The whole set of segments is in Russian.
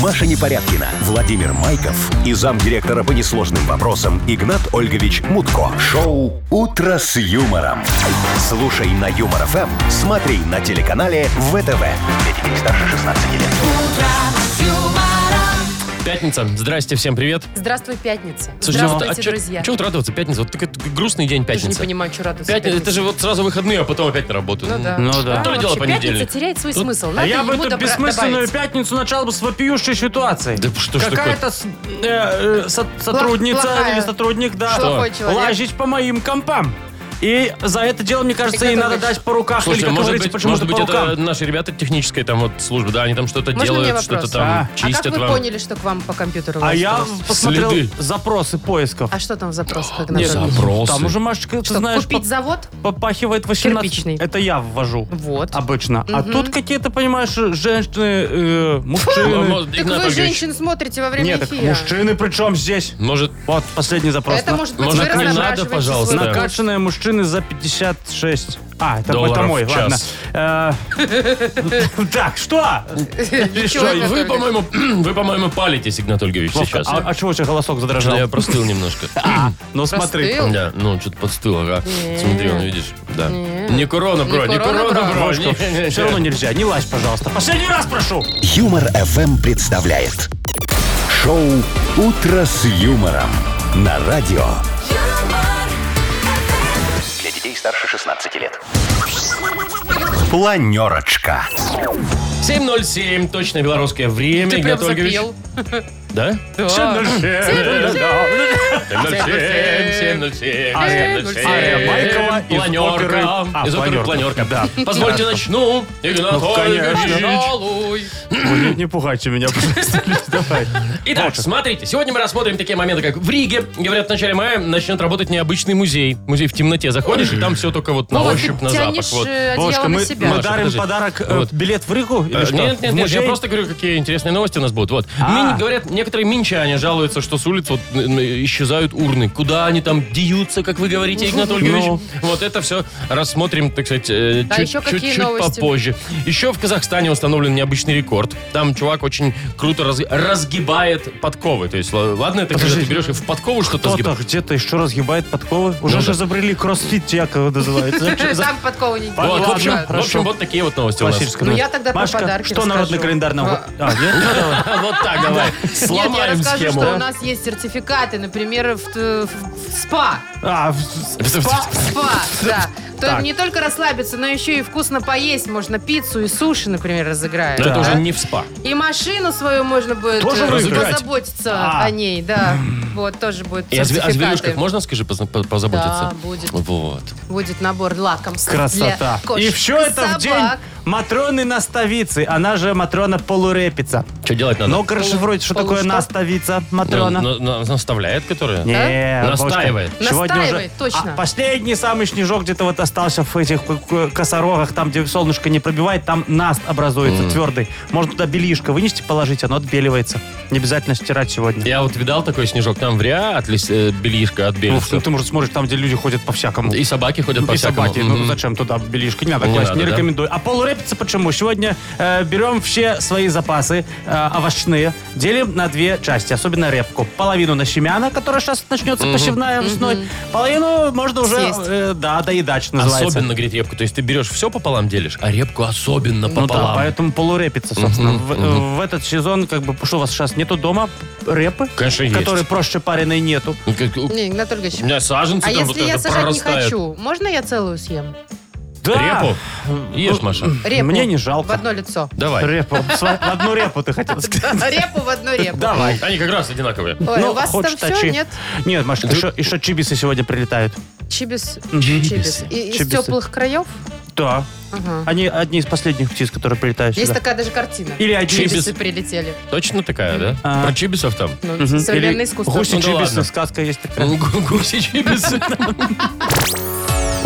Маша Непорядкина, Владимир Майков и замдиректора по несложным вопросам Игнат Ольгович Мутко. Шоу «Утро с юмором». Слушай на Юмор ФМ, смотри на телеканале ВТВ. Для детей старше 16 лет. Пятница. Здрасте, всем привет. Здравствуй, пятница. ну, а Здравствуйте, чё- друзья. чё вот радоваться? Пятница. Вот такой грустный день Тоже не пятница. понимаю, что радуется. Пятница, это же вот сразу выходные, а потом опять на работу. Ну да. Ну да. А, То ли дело вообще, понедельник. Пятница теряет свой Тут- смысл. А Надо я бы ему эту добра- бессмысленную добавить. пятницу начал бы с вопиющей ситуацией. Да что ж Какая-то с- э, э, со- сотрудница плохая. или сотрудник, да, Плохой человек. лазить по моим компам. И за это дело, мне кажется, Игнат ей надо Ольгович. дать по руках. Слушай, или, как может говорится, быть, почему-то может быть по это рукам. наши ребята технической там вот службы, да, они там что-то Можно мне делают, вопрос? что-то там А. А чистят. как вы вам. поняли, что к вам по компьютеру А я лазит? посмотрел Следы. запросы поисков. А что там за вопрос? как Нет, назовем? запросы. Там уже, Машечка, ты Что, знаешь, купить поп- завод? попахивает 18. Кирпичный. Это я ввожу. Вот. Обычно. А тут какие-то, понимаешь, женщины, э, Ну, мужчины. может, Так Игнат вы Ольгович, женщин смотрите во время Нет, так эфира. мужчины причем здесь. Может, Вот, последний запрос. Это На- может быть может, вы не надо, разноображиваете пожалуйста. свой- Накат- Накачанные мужчины за 56. А, это, Долларов это мой, в час. Ну, ладно. Э, Так, что? Ничего, Ой, Игнат вы, Ольгович. по-моему, вы, по-моему, палитесь, Игнат Ольгович, Вовка, сейчас. а а чего у тебя голосок задрожал? Я простыл немножко. А, Ну смотри. Простыл? Да, ну, что-то подстыл, ага. Смотри, он, видишь, да. Не корона, бро, не корона, бро. Вовочка, Не-не-не. все равно нельзя. Не лазь, пожалуйста. Последний раз прошу. Юмор FM представляет шоу Утро с юмором на радио. Для детей старше 16 лет. Планерочка. 7.07, точное белорусское время. Ты прям Игнат Ольгович. запел. Да? Да. Ария- Ария Майкова из оперы- Планерка. А, Э, Из оперы планерка. планерка. Да. Позвольте начну. Игнат Ну, Ольгович. конечно. Пожалуй. Ой, Не пугайте меня, пожалуйста. Давай. Итак, смотрите, сегодня мы рассмотрим такие моменты, как в Риге, говорят, в начале мая начнет работать необычный музей. Музей в темноте. Заходишь, и там все только вот на Вова, Ну, ты ощупь, на запах. тянешь Вот. э, одеяло Вовочка, на мы себя. мы Маша, дарим подожди. подарок, э, Вот. билет в Ригу или Э, что? Нет, нет, В нет, я музей? просто говорю, какие интересные новости у нас будут. Вот. А. Мин- говорят, некоторые минчане жалуются, что с улиц вот, н- н- исчезают урны. Куда они там деются, как вы говорите, Игнат Ольгович? Ну. Вот это все рассмотрим, так сказать, э, А чуть- еще какие чуть-чуть новости? попозже. Еще в Казахстане установлен необычный рекорд. Там чувак очень круто раз- разгибает подковы. То есть, л- ладно, это когда ты Подождите. берешь и в подкову что-то Кто-то сгибаешь. где-то еще разгибает подковы. Уже Ну да. же изобрели кроссфит, якобы называется. Там подкову не Вот, Вот, в, Ладно, общем, в хорошо. общем, вот такие вот новости у нас. Классическая Ну, новость. я тогда про Машка, подарки что расскажу. народный календарь нам... А. А, нет? Ну, давай. Вот так давай. Нет, я Сломаем расскажу, схему. что у нас есть сертификаты, например, в, т- в- в СПА. А, в- В СПА, да. То Так. не только расслабиться, но еще и вкусно поесть. Можно пиццу и суши, например, разыграют. Но это Да. уже не в спа. И машину свою можно будет Тоже э, разыграть? позаботиться А. о ней, да. Вот, тоже будет И о, зве- о зверюшках сертификаты. можно, скажи, позна- по- позаботиться? Да, будет. Вот. Будет набор лакомств Красота. для кошек И все это в день собак. Матроны Наставицы. Она же Матрона Полурепица. Что делать надо? Ну, Ну, расшифруйте, что такое полушка. Наставица Матрона. На- на- на- наставляет, которая? Не, Да? Вовочка, Настаивает. сегодня Настаивает, уже- точно. А, последний самый снежок где-то вот остался в этих к- к- косорогах, там, где солнышко не пробивает, там наст образуется твердый. Можно туда бельишко вынести, положить, оно отбеливается. Не обязательно стирать сегодня. Я вот видал такой снежок, там вряд ли э, бельишко Ну, отбелится. ты, может, смотришь там, где люди ходят по-всякому. И собаки ходят по и всякому. собаки. Ну, зачем туда белишки? Не надо Не класть, надо, не да? рекомендую. А полурепица почему? Сегодня э, берем все свои запасы э, овощные, делим на две части, особенно репку. Половину на семяна, которая сейчас начнется посевная весной. Половину можно уже, Съесть. э, да, доедач называется. Особенно, говорит, репку. То есть ты берешь все пополам делишь, а репку особенно Ну да, пополам. поэтому полурепица, собственно. в, э, в этот сезон, как бы, что у вас сейчас нету дома репы? Конечно, есть. Которые проще пареной нету. Ну, как- у Не, Игнат Ольгович, меня саженцы а там вот если я это сажать не прорастают. хочу, можно я целую съем? Репу? Ешь, Маша. Репу. Мне не жалко. В одно лицо. Давай. Репу. Сва- Одну репу ты хотел сказать. Репу в одну репу. Давай. Они как раз одинаковые. Ой, у вас там Ну, хочешь все, точи. нет? Нет, Маш, еще, еще чибисы сегодня прилетают. Чибис. Чибисы. Чибис. И- Из Чибисы. теплых краев? Да. Ага. Они одни из последних птиц, которые прилетают Есть сюда. такая даже картина. Или одни из... Чибис. Чибисы прилетели. Точно такая, да? А. Про чибисов там. Ну, Мгм. Современное Или искусство. Гуси Ну да ладно. чибисы, сказка есть такая. Ну, Гу- Гуси чибисы.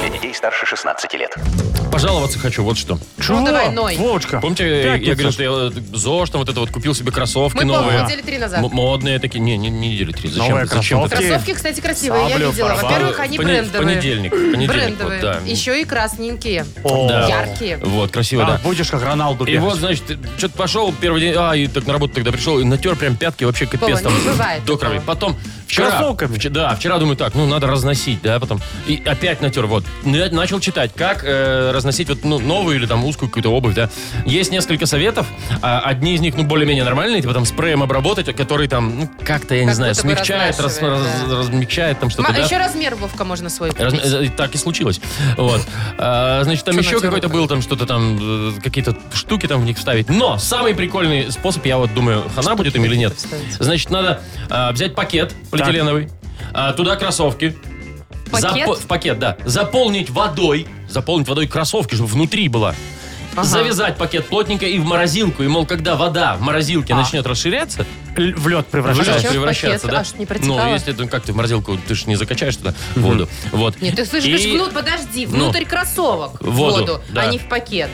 Для детей старше 16 лет. Пожаловаться хочу, вот что. Чего? ну давай, Ной. Вовочка, Помните, я- я пятница говорил, ж. что я э, ЗОЖ, там вот это вот купил себе кроссовки Мы, новые. по-моему, недели три назад. М- модные такие. Не, не, не недели три. Зачем? Новые зачем кроссовки. так? Кроссовки, кстати, красивые, я Саблю, видела. барабан. Во-первых, Во-первых, они в пони- брендовые. понедельник, в понедельник, брендовые. вот, да. Еще и красненькие. О, Да. Яркие. Вот, красиво, да, да. будешь как Роналду И бегать. вот, значит, что-то пошел первый день, а, и так на работу тогда пришел, и натер прям пятки, вообще капец Вова, там. не бывает До крови. такого. Потом вчера... Кроссовками? вч- да, вчера думаю так, ну, надо разносить, да, потом. И опять натер, вот. Ну, я начал читать, как э, разносить вот ну, новую или там узкую какую-то обувь, да. Есть несколько советов, а, одни из них, ну, более-менее нормальные, типа там спреем обработать, а который там, ну, как-то, я не Как знаю, будто бы смягчает, раз- разнашивает, раз- да. размягчает там что-то, Ма- да. Еще размер, Вовка, можно свой Раз- купить. э, Так и случилось. Вот. А, значит, там Что еще натирал? какой-то был, там что-то там, э, какие-то штуки там в них вставить. Но самый прикольный способ, я вот думаю, хана будет им или нет. вставить? Значит, надо а, взять пакет полиэтиленовый, а, туда кроссовки. Пакет? Запо- в пакет, да. Заполнить водой, заполнить водой кроссовки, чтобы внутри была. Ага. Завязать пакет плотненько и в морозилку. И, мол, когда вода в А. морозилке начнет расширяться, Л- в лед Начинает Зачем превращается. в превращаться, пакет? да? А что, не протекало? Ну, если ты, как ты в морозилку, ты же не закачаешь туда воду. Вот. Нет, ты слышишь, И- говоришь, «Ну, подожди, внутрь кроссовок Воду, в воду, да. а не в пакет.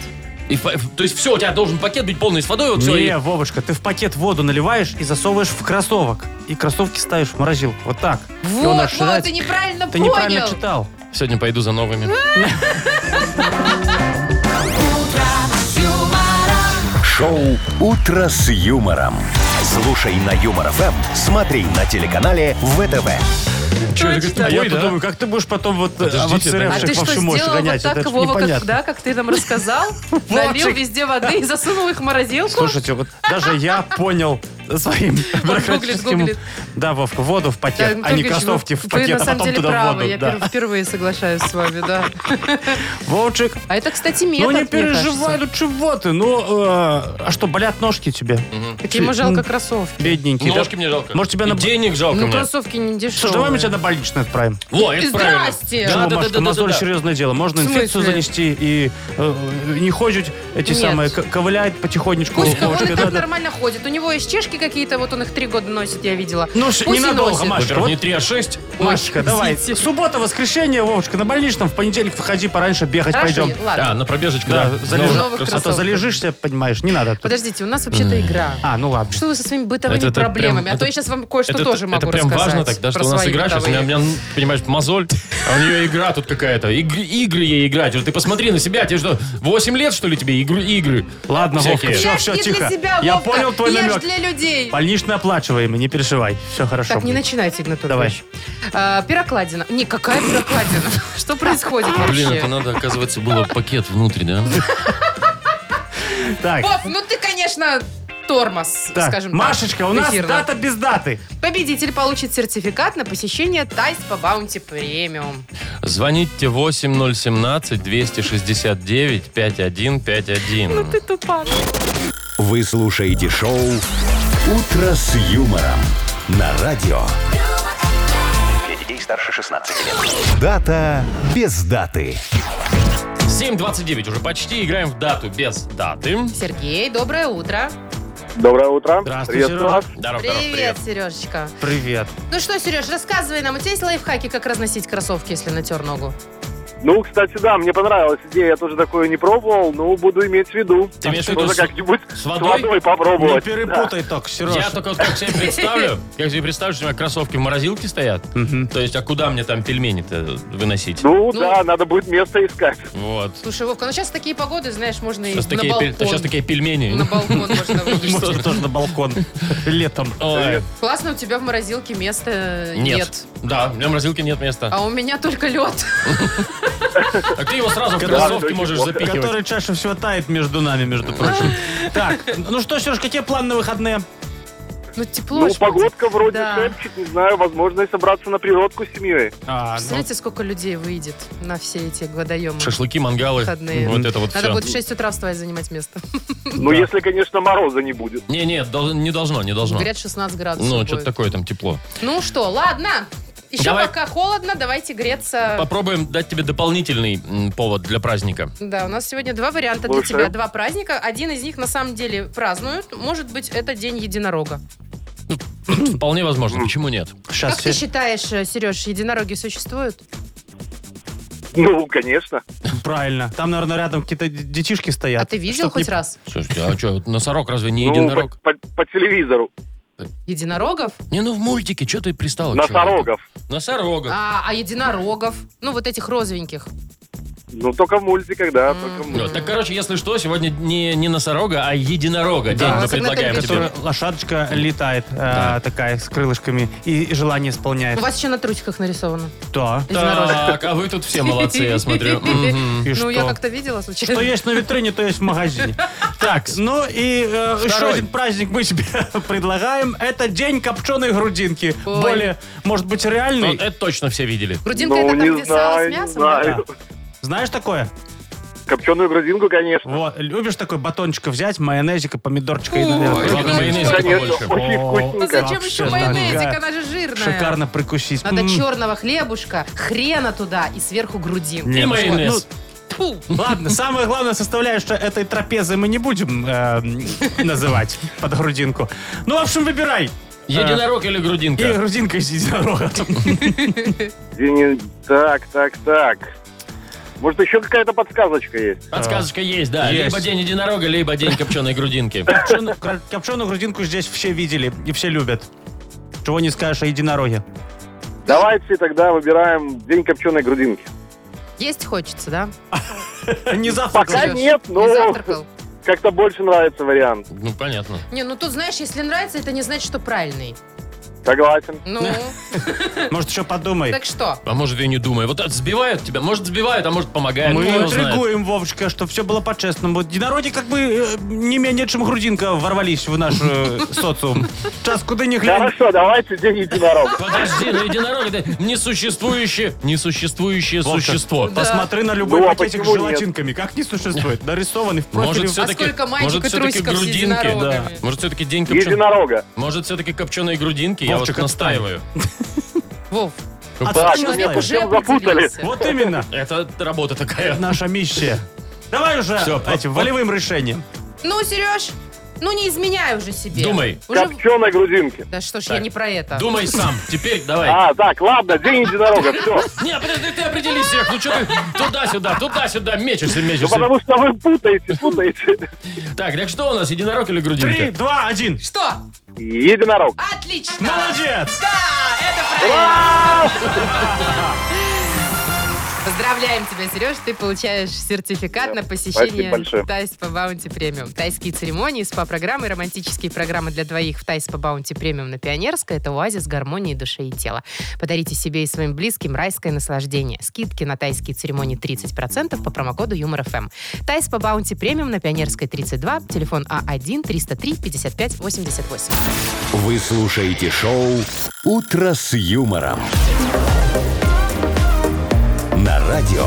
и фа- то есть все, у тебя должен пакет быть полный с водой, вот все. Не, э, Вовочка, ты в пакет воду наливаешь и засовываешь в кроссовок. И кроссовки ставишь в морозилку. Вот так. И он Вот, вот, расширяется. ты неправильно Ты понял. неправильно читал. Сегодня пойду за новыми. Ну, Шоу «Утро с юмором». Слушай на Юмор ФМ, смотри на телеканале ВТВ. Чё, это А я тобой, да? думаю, как ты будешь потом вот э, Подождите, А авансеревших ты что, вовсю можешь сделал гонять? вот Это так, ж Вова, как, непонятно. да, как ты нам рассказал? Налил Вовчик. везде воды и засунул их в морозилку? Слушайте, вот даже я понял своим бюрократическим... гуглит. Да, Вовка, воду в Да, ну, пакет, а Анатолий не Григорьевич, кроссовки вы- в Вы, пакет, на а самом потом деле, туда правы. воду. Я да. пер- впервые соглашаюсь с вами, да. Вовчик, А это, кстати, метод, ну не мне переживай, кажется. ну чего ты? Ну, э, а что, болят ножки тебе? Какие ему жалко кроссовки. Бедненький. да? Ну, Ножки мне жалко. Может, тебя И на- денег жалко Ну, мне. кроссовки не Слушай, давай мы тебя дешевые. на больничный отправим. Во, это правильно. Здрасте. Да, Чего, да, да, да, Машка, у да, нас да, тоже да. серьезное дело. Можно В смысле? инфекцию занести и э, не ходят эти Нет. самые, к- ковыляет потихонечку. Кузька, он Вовочка, и да, так да. нормально ходит. У него есть чешки какие-то, вот он их три года носит, я видела. Ну, ш- Пусть и ненадолго, носит. Машка. Во-первых, Вот не 3, а 6. Машечка, давай. извините. Суббота, воскресенье, Вовочка, на больничном. В понедельник выходи пораньше, бегать Хорошо, пойдем. А, ладно. на пробежечку, Да, да. залежи- Ну, новых а то кроссовках. залежишься, понимаешь, не надо. тут. Подождите, у нас вообще-то игра. А, ну ладно. Что вы со своими бытовыми Это- это прям- проблемами? а то я это- сейчас вам кое-что это, тоже могу это прям рассказать. важно тогда, что про у нас свои игра сейчас, у меня, бытовые. у меня, ну, понимаешь, мозоль, а у нее игра тут какая-то. Иг- игры ей играть. Вот Ты посмотри на себя, а тебе что, 8 лет, что ли, тебе игры? игры? Ладно, Всякие. Вовка, все, Я ж все, не тихо. для себя, Я Вовка, понял твой я ж намек. для людей. Больничный оплачиваемый, не переживай. Все хорошо. Так, не будет. начинайте, Игнат Давай. Ольгович. А, Пирокладина. Не, какая пирокладина? Что происходит Блин, это вообще? надо, оказывается, было пакет а? внутри, да? Так, Вов, ну ты, конечно, тормоз, так. скажем так. Машечка, у нас эфирно. дата без даты. Победитель получит сертификат на посещение Тайс по Баунти Премиум. Звоните 8017-269-5151. Ну ты тупак. Вы слушаете шоу «Утро с юмором» на радио. Для детей старше 16 лет. Дата без даты. 7.29 уже почти. Играем в дату без даты. Сергей, доброе утро. Доброе утро. Здравствуй, Приветствую Сережа. вас. Здорово, здорово, Привет, Сережечка. Привет. Ну что, Сереж, рассказывай нам, у тебя есть лайфхаки, как разносить кроссовки, если натер ногу? Ну, кстати, да, мне понравилась идея. Я тоже такое не пробовал, но буду иметь в виду. Ты имеешь в виду Можно с- как-нибудь с с водой? водой, попробовать. Не перепутай только, Сереж. Я только вот как себе представлю, как себе представлю, что у меня кроссовки в морозилке стоят. То есть, а куда мне там пельмени-то выносить? Да. Ну, да, надо будет место искать. Вот. Слушай, Вовка, ну сейчас такие погоды, знаешь, можно Сейчас и на такие, пель- балкон. сейчас такие пельмени. На балкон можно вылезть. Можно тоже на балкон летом. Ой, Классно, у тебя в морозилке места нет. нет. Да, у меня в морозилке нет места. А у меня только лед. А ты его сразу в Который- кроссовки можешь запихивать. Который чаще всего тает между нами, между прочим. Так, ну что, Сереж, какие планы на выходные? Ну, тепло. Ну, ж будет. погодка вроде Да. шепчет, не знаю, возможно, собраться на природку с семьей. А, ну, Представляете, сколько людей выйдет на все эти водоемы Шашлыки, мангалы, выходные. вот это вот Надо будет в все. 6 утра вставать занимать место. Ну, если, конечно, мороза не будет. Не, нет, дол- не должно, не должно. Говорят, 16 градусов Ну, будет. что-то такое там тепло. Ну что, ладно. Еще Давай. пока холодно, давайте греться. Попробуем дать тебе дополнительный м, повод для праздника. Да, у нас сегодня два варианта для Слушаю. тебя, два праздника. Один из них на самом деле празднуют. Может быть, это День Единорога. Хм. Вполне возможно, почему нет? Сейчас как э, ты считаешь, Сереж, единороги существуют? Ну, конечно. Правильно. Там, наверное, рядом какие-то д- детишки стоят. А ты видел Чтоб хоть не- раз Слушайте, а что, носорог разве не Ну, единорог? по, по- по телевизору. единорогов? Не, ну в мультике, что ты пристал? Носорогов. Носорога. А, а единорогов? Ну, вот этих розовеньких. Ну, только в мультиках, да. Только в Ну, мультиках. так, короче, если что, сегодня не, не носорога, а единорога. День мы с одной предлагаем тарелки. тебе. Которая лошадочка летает, э, такая, с крылышками, и, и желание исполняет. У вас еще на трусиках нарисовано. Да. Единорог. Так, а вы тут все молодцы, я смотрю. Мгм. И Ну, я что? как-то видела случайно. Что есть на витрине, то есть в магазине. Так, ну и э, еще Второй. один праздник мы тебе предлагаем. Это день копченой грудинки. Ой. Более, может быть, Ну, реальный. это точно все видели. Грудинка Ну, это там, не где сало с знаю, не мясом? знаю. Знаешь такое? Копченую грудинку, конечно. Вот, любишь такой батончик взять, майонезика, помидорчика. и, наверное, Главное, майонезика Конечно, побольше. О, очень Ну, вкусненько. зачем Вообще еще так. майонезик? Да. Она же жирная. Шикарно прикусить. М-м. Надо М. черного хлебушка, хрена туда и сверху грудинку. И ну, майонез. Тьфу. Ладно, самое главное составляющее этой трапезы мы не будем э, называть под грудинку. Ну, в общем, выбирай. Единорог или И грудинка? грудинка из единорога. День- Так, так, так. Может, еще какая-то подсказочка есть? Подсказочка есть, да. Есть. Либо день единорога, либо день копченой грудинки. Копченую- кра- Копченую грудинку здесь все видели и все любят. Чего не скажешь о единороге. Давайте тогда выбираем день копченой грудинки. Есть хочется, да? Не завтракал. Пока Лёш, нет, А, ну. Не но завтракал. как-то больше нравится вариант. Ну, понятно. Не, ну тут, знаешь, если нравится, это не значит, что правильный. Согласен. Ну, Может, еще подумай. так что? А может, и не думай. Вот это сбивают тебя. Может, сбивают, а может, помогают. Мы Кто его знает. интригуем, Вовчика, чтобы все было по-честному. Единороги как бы э, не менее, чем грудинка, ворвались в наш э, социум. Сейчас куда ни глянь. Хорошо, давайте день единорог. Подожди, ну единорог это несуществующее, несуществующее Вовка, существо. Да. Посмотри на любой Ну, а пакетик с почему нет? желатинками. Как не существует? Нарисованный в профиле. Может, все-таки, сколько мальчик может, и все-таки трусиков с грудинки, да. единорогами? Может, все-таки день копченой, Единорога. может, все-таки копченые грудинки, я вот Вовчик, отстань. настаиваю. Вов, Ну, Отстань пап, от человек знаешь, уже чем запутали? определился. Вот именно. Это работа такая. Наша миссия. Давай уже Всё, этим по- волевым решением. Ну, Сереж, ну не изменяй уже себе. Думай. Уже- Копченой грудинки. Да что ж, Так. я не про это. Думай сам. Теперь давай. А, так, ладно, день единорога, все. Не, а подожди, ты определи всех. Ну что ты туда-сюда, туда-сюда, мечешься, мечешься. Потому что вы путаете, путаете. Так, так что у нас, единорог или Три, грудинка? два, один. Что? Единорог. Отлично! Молодец! Да, это правильно! Поздравляем тебя, Сереж, ты получаешь сертификат на посещение Э, спасибо большое. Тайс по Баунти Премиум. Тайские церемонии, спа-программы, романтические программы для двоих в Тайс по Баунти Премиум на Пионерской – это оазис гармонии души и тела. Подарите себе и своим близким райское наслаждение. Скидки на тайские церемонии 30% по промокоду Юмор ФМ. Тайс по Баунти Премиум на Пионерской 32, телефон А А1-303-55-88. Вы слушаете шоу «Утро с юмором». На радио.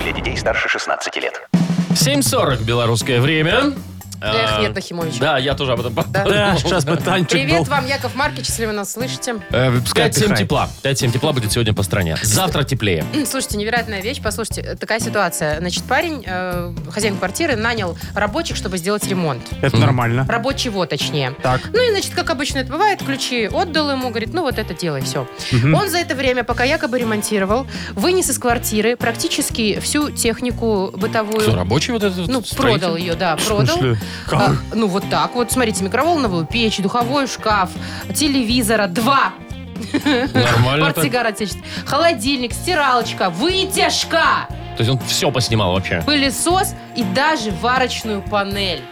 Для детей старше 16 лет. 7.40 белорусское время. Эх, А, нет, Нахимович. Да, я тоже об этом подумал. Да, сейчас бы танчик был. Привет вам, Яков Маркич, если вы нас слышите. Э, 5-7 Отдыхай. тепла. 5-7 тепла будет сегодня по стране. Завтра теплее. Слушайте, невероятная вещь. Послушайте, э, такая ситуация. Значит, парень, э, хозяин квартиры, нанял рабочих, чтобы сделать ремонт. Это нормально. Рабочего, точнее. Так. Ну и, значит, как обычно это бывает, ключи отдал ему, говорит, ну вот это делай, все. Он за это время, пока якобы ремонтировал, вынес из квартиры практически всю технику бытовую. Что, рабочий вот этот? Ну, строитель? продал ее, да, продал. А, ну, вот так вот. Смотрите, микроволновую печь, духовой шкаф, телевизора, два Нормально так. портсигар отечественный, холодильник, стиралочка, вытяжка. То есть он все поснимал вообще. пылесос и даже варочную панель.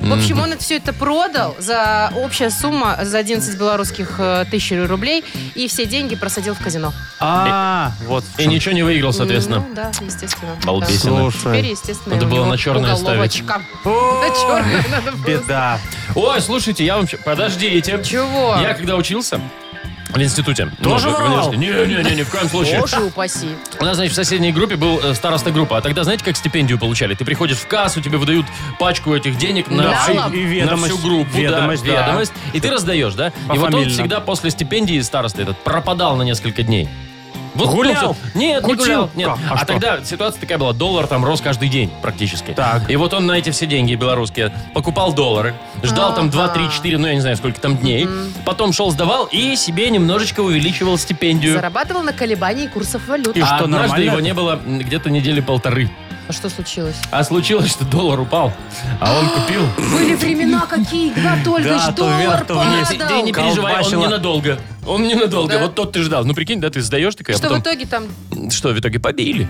В общем, он все это продал за общая сумма за 11 белорусских э, тысяч рублей и все деньги просадил в казино. А, вот. в И чем. ничего не выиграл, соответственно. Ну, да, естественно. Балбесина. Да. Теперь, Слушай. естественно, Надо у было него на черное ставить. уголовочка. О, На черное надо было Беда. Ой, слушайте, я вам... щ- Подождите. ставить. Чего? Я когда учился в институте... Тоже воровал? Не-не-не, ни в коем случае. Боже упаси. У нас, значит, в соседней группе был э, староста группа. А тогда, знаете, как стипендию получали? Ты приходишь в кассу, тебе выдают пачку этих денег на, Да всю, ладно? И ведомость. на всю группу. да, Ведомость, да. ведомость. И ты раздаешь, да? и вот он Пофамильно. всегда после стипендии староста этот пропадал на несколько дней. Вот Гулял? тут- Нет, не Кутил? гулял. Нет. Как? А А, что? тогда ситуация такая была. Доллар там рос каждый день практически. Так. И вот он на эти все деньги белорусские покупал доллары, ждал там 2, 3, 4, ну я не знаю, сколько там дней. Потом шел, сдавал и себе немножечко увеличивал стипендию. Зарабатывал на колебании курсов валют. И а что, однажды нормально? его не было м, где-то недели полторы. А что случилось? А случилось, что доллар упал, а он купил. Были времена какие, Игнат Ольгович, Да, то доллар вверх, то вниз. Ты ты не падал. переживай, он Колбасило. ненадолго. Он ненадолго. Да. Вот тот ты ждал. Ну прикинь, да, ты сдаешь такая, а Что в потом... итоге там, Что, в итоге побили?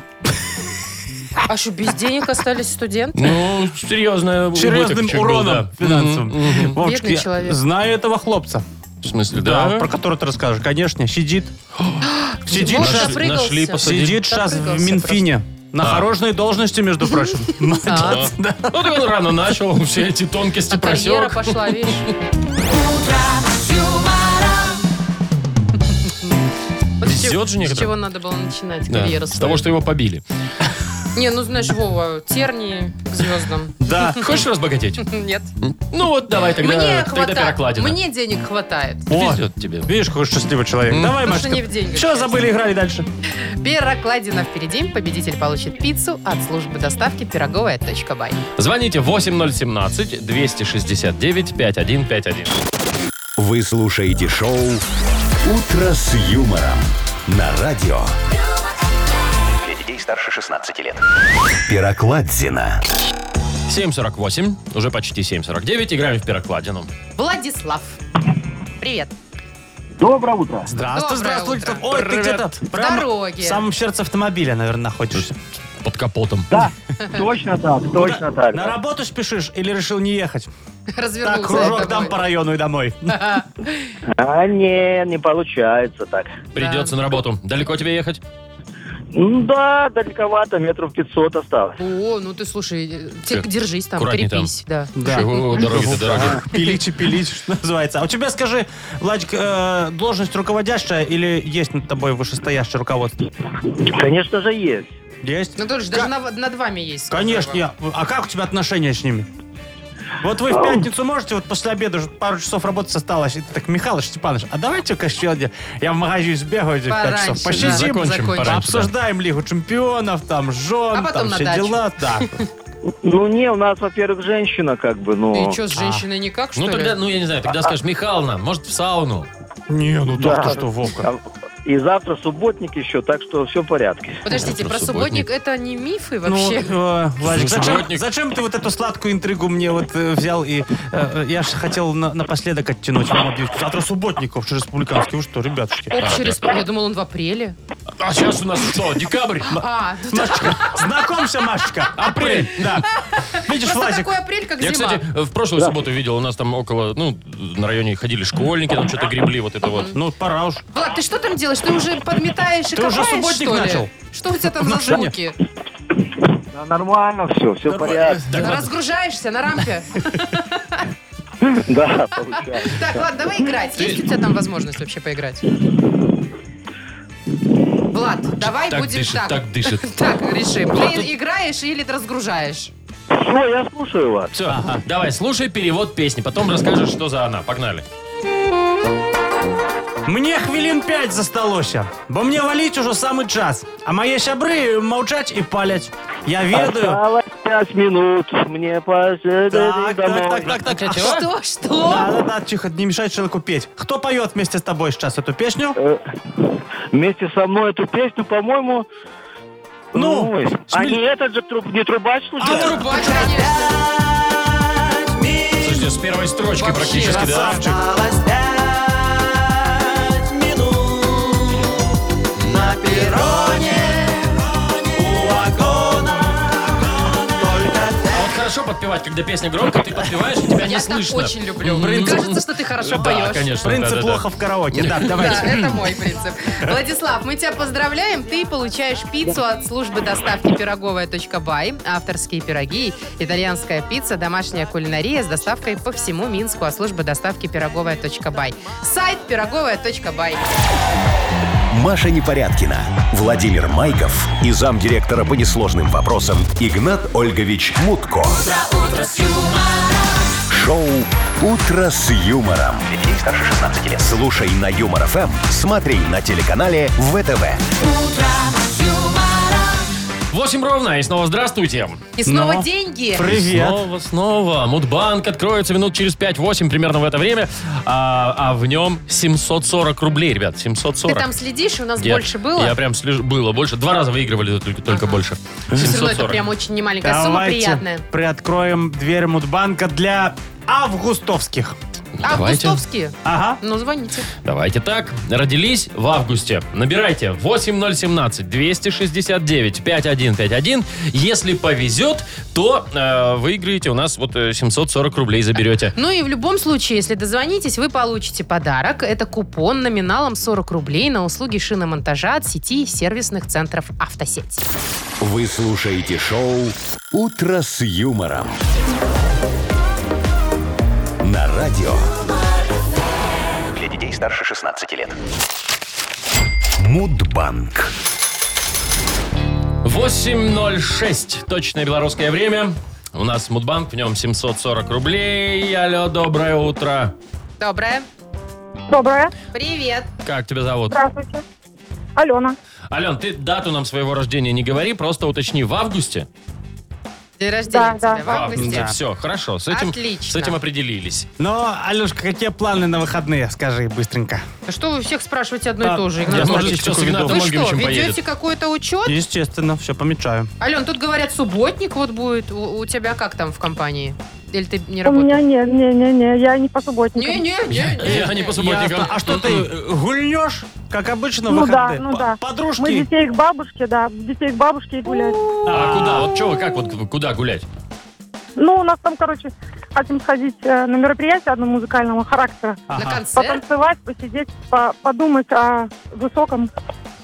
а что, без денег остались студенты? Ну, серьезно. Серьезным уроном финансовым. Вовчик, Бедный я человек. знаю этого хлопца. В смысле, да? про которого ты расскажешь. Конечно, сидит. сидит Вот сейчас. допрыгался. нашли, посадили. Сидит сейчас в Допрыгался Минфине. На хорошей должности, между прочим. А, Ну, так он рано начал, он все эти тонкости а карьера просек. пошла, видишь? Вот с чего- Везет же С некоторым. чего надо было начинать Да, карьеру? С свою? того, что его побили. Не, ну знаешь, Вова, тернии к звездам. Да. Хочешь разбогатеть? Нет. Ну вот давай тогда, Мне тогда хватает. перокладина. Мне денег хватает. О, Везет тебе. Видишь, какой счастливый человек. Давай, Потому что не Машка. в деньгах, Все, забыли, играли дальше. Перокладина впереди. Победитель получит пиццу от службы доставки пироговая.бай. Звоните 8017-269-5151. Вы слушаете шоу «Утро с юмором» на радио Для детей старше 16 лет. Пирокладзина. 748, уже почти 749, играем в перокладину. Владислав. Привет. Доброе утро. Здравствуй, Доброе здравствуй. утро. Ой, ты Привет. где-то дороге. в самом сердце автомобиля, наверное, находишься. Под капотом. Точно так, Ну, точно Куда- так. На работу спешишь или решил не ехать? Развернулся. Так, я кружок домой. дам по району и домой. А не, не получается так. Придется на работу. Далеко тебе ехать? М, Да, далековато, метров 500 осталось. О, ну ты слушай, э, те- Всё. держись там, Аккуратней там. крепись. Да. Да. Чего дороги-то дороги. Пилить и пилить, что называется. А у тебя, скажи, Владик, э, должность руководящая или есть над тобой вышестоящее руководство? Конечно же есть. Есть? Ну, тоже даже над, над вами есть. скажу я Конечно. вам. я- А как у тебя отношения с ними? Вот вы в пятницу можете, вот после обеда уже пару часов работать осталось. И ты так, Михалыч Степанович, а давайте-ка сегодня я в магазин сбегаю эти пять Пораньше, часов. да. Посидим, Закончим закончим. пораньше, обсуждаем Лигу Чемпионов, там, жен, А потом там на все дачу. дела. Да. Ну не, у нас, во-первых, женщина как бы, ну... И что, с женщиной никак, что Ну ли? тогда, ну я не знаю, тогда скажешь, Михална, может в сауну? Не, ну Да. так-то что, Вовка. А, И завтра субботник еще, так что все в порядке. Подождите, Ну, про про субботник субботник. это не мифы Ну, вообще? э, Владик, зачем, Субботник. зачем ты вот эту сладкую интригу мне вот э, взял и... э, э, я же хотел на- напоследок оттянуть вам объявку. Завтра субботников через республиканский. Вы что, ребятушки? Общий республик. Я думал, он в апреле. А сейчас у нас что, декабрь? А, ну да. Машечка, знакомься, Машечка. Апрель, да. Видишь, Просто Владик, такой апрель, как Я, зима. кстати, в прошлую субботу видел, у нас там около, ну, на районе ходили школьники, там что-то гребли, вот это вот. Ну, пора уж. Влад, ты что там делаешь? Ты уже подметаешь и Ты уже копаешь, субботник что ли? начал? Что у тебя там за Отношения? звуки? Да, нормально все, все в порядке. Разгружаешься на рампе? Да, получается. Так, Влад, давай играть. Есть у тебя там возможность вообще поиграть? Влад, давай Так будем дышит, так. так дышит. Ну, а Так, решим. Ты играешь или разгружаешь? Все, я слушаю вас. Все, давай, слушай перевод песни, потом расскажешь, что за она. Погнали. Мне хвилин пять засталося, бо мне валить уже самый час. А мои сябры маўчаць і паляць. Я ведаю. Осталось пять минут, мне пора Так, домой. так, так, так, так. Чего? А Что, что? Да, да, да, тихо, не мешай человеку петь. Кто поет вместе с тобой сейчас эту песню? Э, Вместе со мной эту песню, по-моему... Ну, ой, а Шмель- не этот же труб, не трубач случайно? Трубач, конечно. Слушайте, с первой строчки Вообще практически, да? красавчик. А вот хорошо подпевать, когда песня громко, ты подпеваешь, и тебя не Я так слышно. очень люблю. М, Мне принцип- кажется, что ты хорошо Да, поешь. конечно. Принцип да, да, да. плохо в караоке. Так, Да, давайте. это мой принцип. Владислав, мы тебя поздравляем. Ты получаешь пиццу от службы доставки пироговая.бай. Авторские пироги, итальянская пицца, домашняя кулинария с доставкой по всему Минску от службы доставки пироговая.бай. Сайт пироговая.бай. Маша Непорядкина, Владимир Майков и замдиректора по несложным вопросам Игнат Ольгович Мутко. Шоу «Утро с юмором». Для детей старше 16 лет. Слушай на Юмор ФМ, смотри на телеканале ВТВ. 8 ровно, и снова здравствуйте. И снова Ну? Но. деньги. Привет. Снова, снова. Мудбанк откроется минут через 5-8, примерно в это время. А, а в нем 740 рублей, ребят, 740. Ты там следишь, у нас Я- больше было. Я прям слежу. Было больше. Два раза выигрывали, только, только больше. Все равно это 740. прям очень немаленькая сумма, приятная. Давайте приоткроем дверь Мудбанка для августовских. А Давайте. густовские? Ага. Ну, звоните. Давайте так. Родились в августе. Набирайте 8017-269-5151. Если повезет, то э, выиграете у нас вот э, 740 рублей заберете. Ну и в любом случае, если дозвонитесь, вы получите подарок. Это купон номиналом 40 рублей на услуги шиномонтажа от сети сервисных центров «Автосеть». Вы слушаете шоу «Утро с юмором». На радио Для детей старше 16 лет. Мудбанк. 8.06. Точное белорусское время. У нас Мудбанк, в нем 740 рублей. Алло, доброе утро. Доброе. Доброе. Привет. Как тебя зовут? Здравствуйте. Алена. Ален, ты дату нам своего рождения не говори, просто уточни, в августе? День рождения Да, да. тебя в А, августе. Да. Все, ну, хорошо, с этим, Отлично. с этим определились. Но, Алешка, какие планы на выходные? Скажи быстренько. А Что вы всех спрашиваете одно и Да. то же? Игнат Я, Ольгович? может, сейчас Вы Игнатом Вы Ну, что, Ольговичем ведете поедет. какой-то учет? Естественно, все помечаю. Ален, тут говорят, субботник вот будет. У, у тебя как там в компании? Или ты не У меня работаешь? нет, не, не, не, я не по субботникам. Не-не-не. Я не по Ясно. субботникам. А что ты э, гульнешь, как обычно, в Ну да, выходные? ну По- да. Мы Подружки? детей к бабушке, да, детей к бабушке гулять. А куда? Вот что вы, как вот, куда гулять? Ну, у нас там, короче, хотим сходить э, на мероприятие одно музыкального характера. На Ага. концерт, Потанцевать, посидеть, по- подумать о высоком.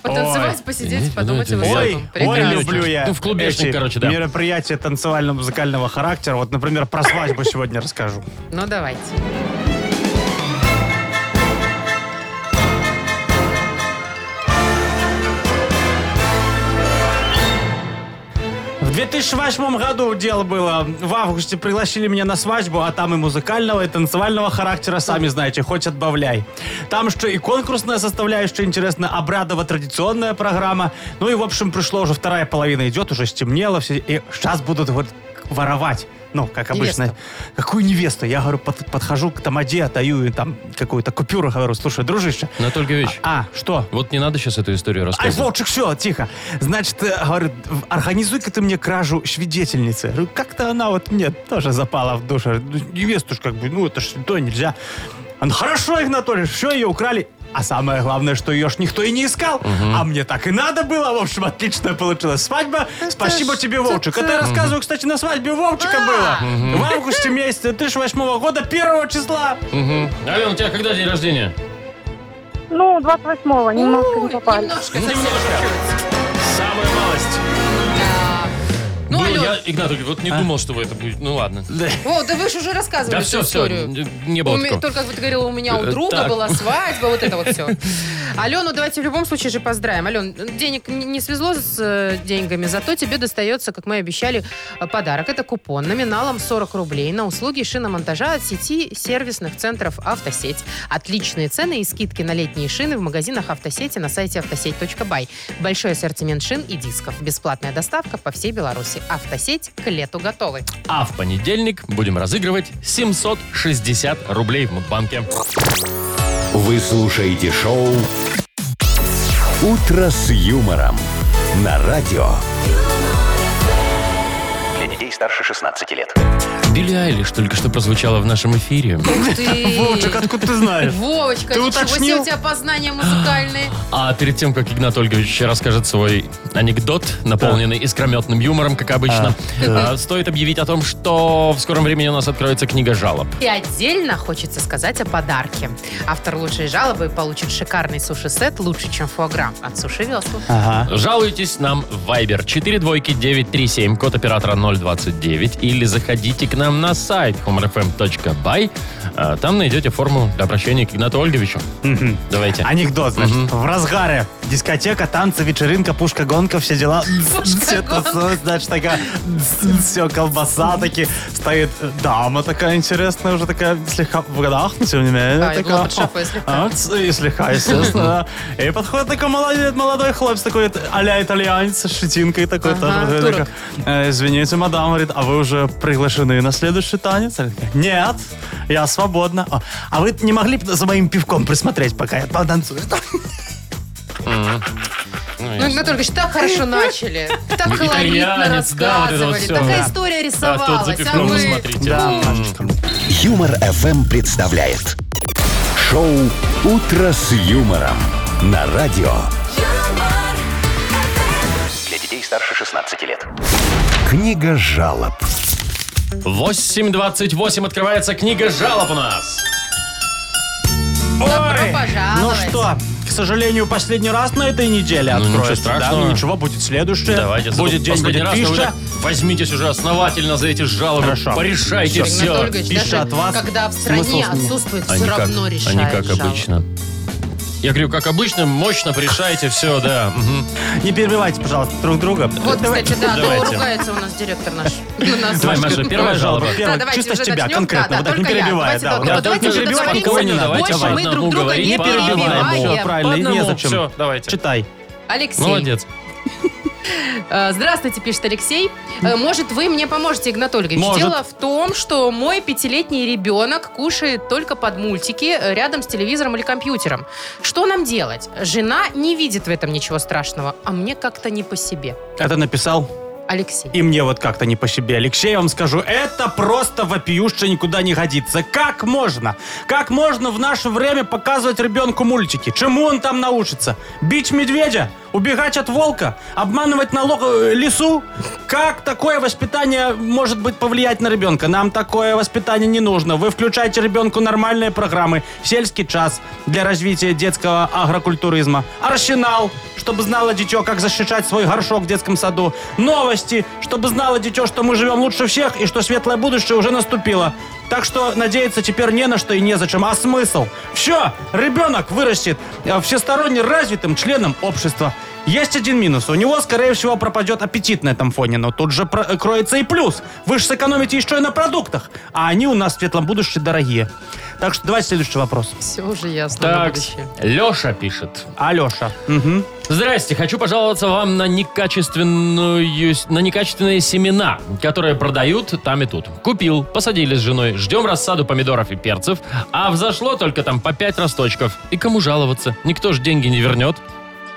потанцевать, Ой. Извините, посидеть, подумать ну, о это я- Ой, высоком. ой, Прекрасно. люблю я. Ну, в клубешник, эти короче, да. Мероприятия танцевально-музыкального характера. Вот, например, про свадьбу сегодня расскажу. Ну, давайте. В 2008 году дело было. В августе пригласили меня на свадьбу, а там и музыкального, и танцевального характера, сами знаете, хоть отбавляй. Там что и конкурсная составляющая, интересно, обрадова традиционная программа. Ну и, в общем, пришло уже вторая половина идет, уже стемнело, все, и сейчас будут вот воровать. Ну, как обычно. Невесту. Какую невесту? Я, говорю, под- подхожу к тамаде, отдаю им там какую-то купюру, говорю, слушай, дружище. Анатолий Георгиевич, А, что? вот не надо сейчас эту историю Ай, рассказывать. Вовчик, все, тихо. Значит, э, говорю, в- организуй-ка ты мне кражу свидетельницы. Говорю, Как-то она вот мне тоже запала в душу. Говорю, «Ну, Невесту ж как бы, ну это ж то нельзя. Он, хорошо, Игнатолий, все, ее украли. А самое главное, что ее ж никто и не искал. А мне так и надо было. В общем, отлично получилась свадьба. Спасибо тебе, Вовчик. Это я рассказываю, кстати, на свадьбе у Вовчика было. В августе месяце 2008 года, 1 числа. Мгм. Алена, у тебя когда день рождения? Ну, 28-го, немножко не Ой, попали. Немножко совсем чуть-чуть. Самая малость. Да. Ну, А. Ну, Ален, я, Игнат, Ольгович, вот не думал, что вы это будет. Ну, ладно. о, да вы же уже рассказывали Да всю все, все, историю. не было У меня- такого. Только, как ты говорила, у меня у Э, друга так. была свадьба, вот это вот все. Алену давайте в любом случае же поздравим. Ален, денег не не свезло с э, деньгами, зато тебе достается, как мы и обещали, э, подарок. Это купон номиналом 40 рублей на услуги шиномонтажа от сети сервисных центров «Автосеть». Отличные цены и скидки на летние шины в магазинах «Автосети» на сайте автосеть.бай. Большой ассортимент шин и дисков. Бесплатная доставка по всей Беларуси. «Автосеть» к лету готовы. А в понедельник будем разыгрывать 760 рублей в Мудбанке. Вы слушаете шоу «Утро с юмором» на радио. Для детей старше 16 лет. Билли Айлиш только что прозвучала в нашем эфире. Ух ты! Вовчик, откуда ты знаешь? Вовочка, Ты ничего себе уточнил? у тебя познания музыкальные. А перед тем, как Игнат Ольгович расскажет свой анекдот, наполненный искрометным юмором, как обычно, а, стоит объявить о том, что в скором времени у нас откроется книга жалоб. И отдельно хочется сказать о подарке. Автор лучшей жалобы получит шикарный суши-сет лучше, чем фуаграм от Суши Ну, Весла. Ага. Жалуйтесь нам в Viber 42937, код оператора 029, или заходите к нам на сайт humorfm.by. А, Там найдете форму для обращения к Игнату Ольговичу. Давайте. Анекдот, значит. В разгаре Дискотека, танцы, вечеринка, пушка, гонка, все дела. Все тусуют, значит, такая, все, колбаса таки. Стоит дама такая интересная, уже такая слегка в годах, но тем не менее. Да, и такая, лопат шапкой «О, слегка». а, ц- И слегка, естественно. да. И подходит такой молодец, молодой хлопец, такой а-ля итальянец, с щетинкой такой. Ага, тоже. Вот турок. такой, «Э, Извините, мадам, говорит, а вы уже приглашены на следующий танец? Она такая, Нет, я свободна. «О, А вы не могли бы за моим пивком присмотреть, пока я потанцую? Ну, мы только что так хорошо начали. Так Итальянец, колоритно да, вот это вот рассказывали. всё, Такая да. история А тут за рисовалась. А пивком вы... посмотрите. Юмор FM представляет шоу Утро с юмором на радио. Для детей старше 16 лет. Книга жалоб. 8.28 открывается книга жалоб у нас. Добро А Ну пожаловать. что, к сожалению, последний раз на этой неделе Ну, ничего откроется. да? страшного. Ну, ничего, будет следующее. Давайте, будет день, последний будет раз, но вы фишка. так возьмитесь уже основательно за эти жалобы. Хорошо. Порешайте Игорь все. Анатольевич, пища даже от вас, когда в смысл стране с ними. отсутствует, все равно решает они как жалобы. обычно. Я говорю, как обычно, мощно порешайте все, да. мгм. Не перебивайте, пожалуйста, друг друга. Вот, кстати, да, а то давайте. ругается у нас директор наш. На нас. Давай, Маша, первая жалоба. Первая, Да, давайте чисто с уже тебя, начнем. конкретно. Да, вот да, так, не только я. перебивай. Давайте Да, только- да, вот да, давайте не уже перебивай договоримся. никого не надо. Давайте Давай. Больше мы друг одному друга говорить, не Не по одному. перебиваем. Все, перебиваем. правильно, По одному, незачем. всё, давайте. Читай. Алексей. Молодец. Э, Здравствуйте, пишет Алексей. Э, Может, вы мне поможете, Игнат Ольгович? Может. Дело в том, что мой пятилетний ребенок кушает только под мультики э, рядом с телевизором или компьютером. Что нам делать? Жена не видит в этом ничего страшного, а мне как-то не по себе. Это написал Алексей. И мне вот как-то не по себе. Алексей, я вам скажу, это просто вопиюще никуда не годится. Как можно? Как можно в наше время показывать ребенку мультики? Чему он там научится? Бить медведя? Убегать от волка? Обманывать налог э, лису? Как такое воспитание может быть повлиять на ребенка? Нам такое воспитание не нужно. Вы включайте ребенку нормальные программы. Сельский час для развития детского агрокультуризма. Арсенал, чтобы знало дитё, как защищать свой горшок в детском саду. Новости, чтобы знало дитё, что мы живем лучше всех и что светлое будущее уже наступило. Так что надеяться теперь не на что и незачем, а смысл. Все, ребенок вырастет э, всесторонне развитым членом общества. Есть один минус. У него, скорее всего, пропадет аппетит на этом фоне. Но тут же про- э, кроется и плюс. Вы же сэкономите еще и на продуктах. А они у нас в светлом будущем дорогие. Так что давайте следующий вопрос. Все уже ясно. на Так, будущее. Леша пишет. Алеша. Здрасте, хочу пожаловаться вам на некачественную, с- на некачественные семена, которые продают там и тут. Купил, посадили с женой, ждем рассаду помидоров и перцев, а взошло только там по пять росточков. И кому жаловаться? Никто же деньги не вернет.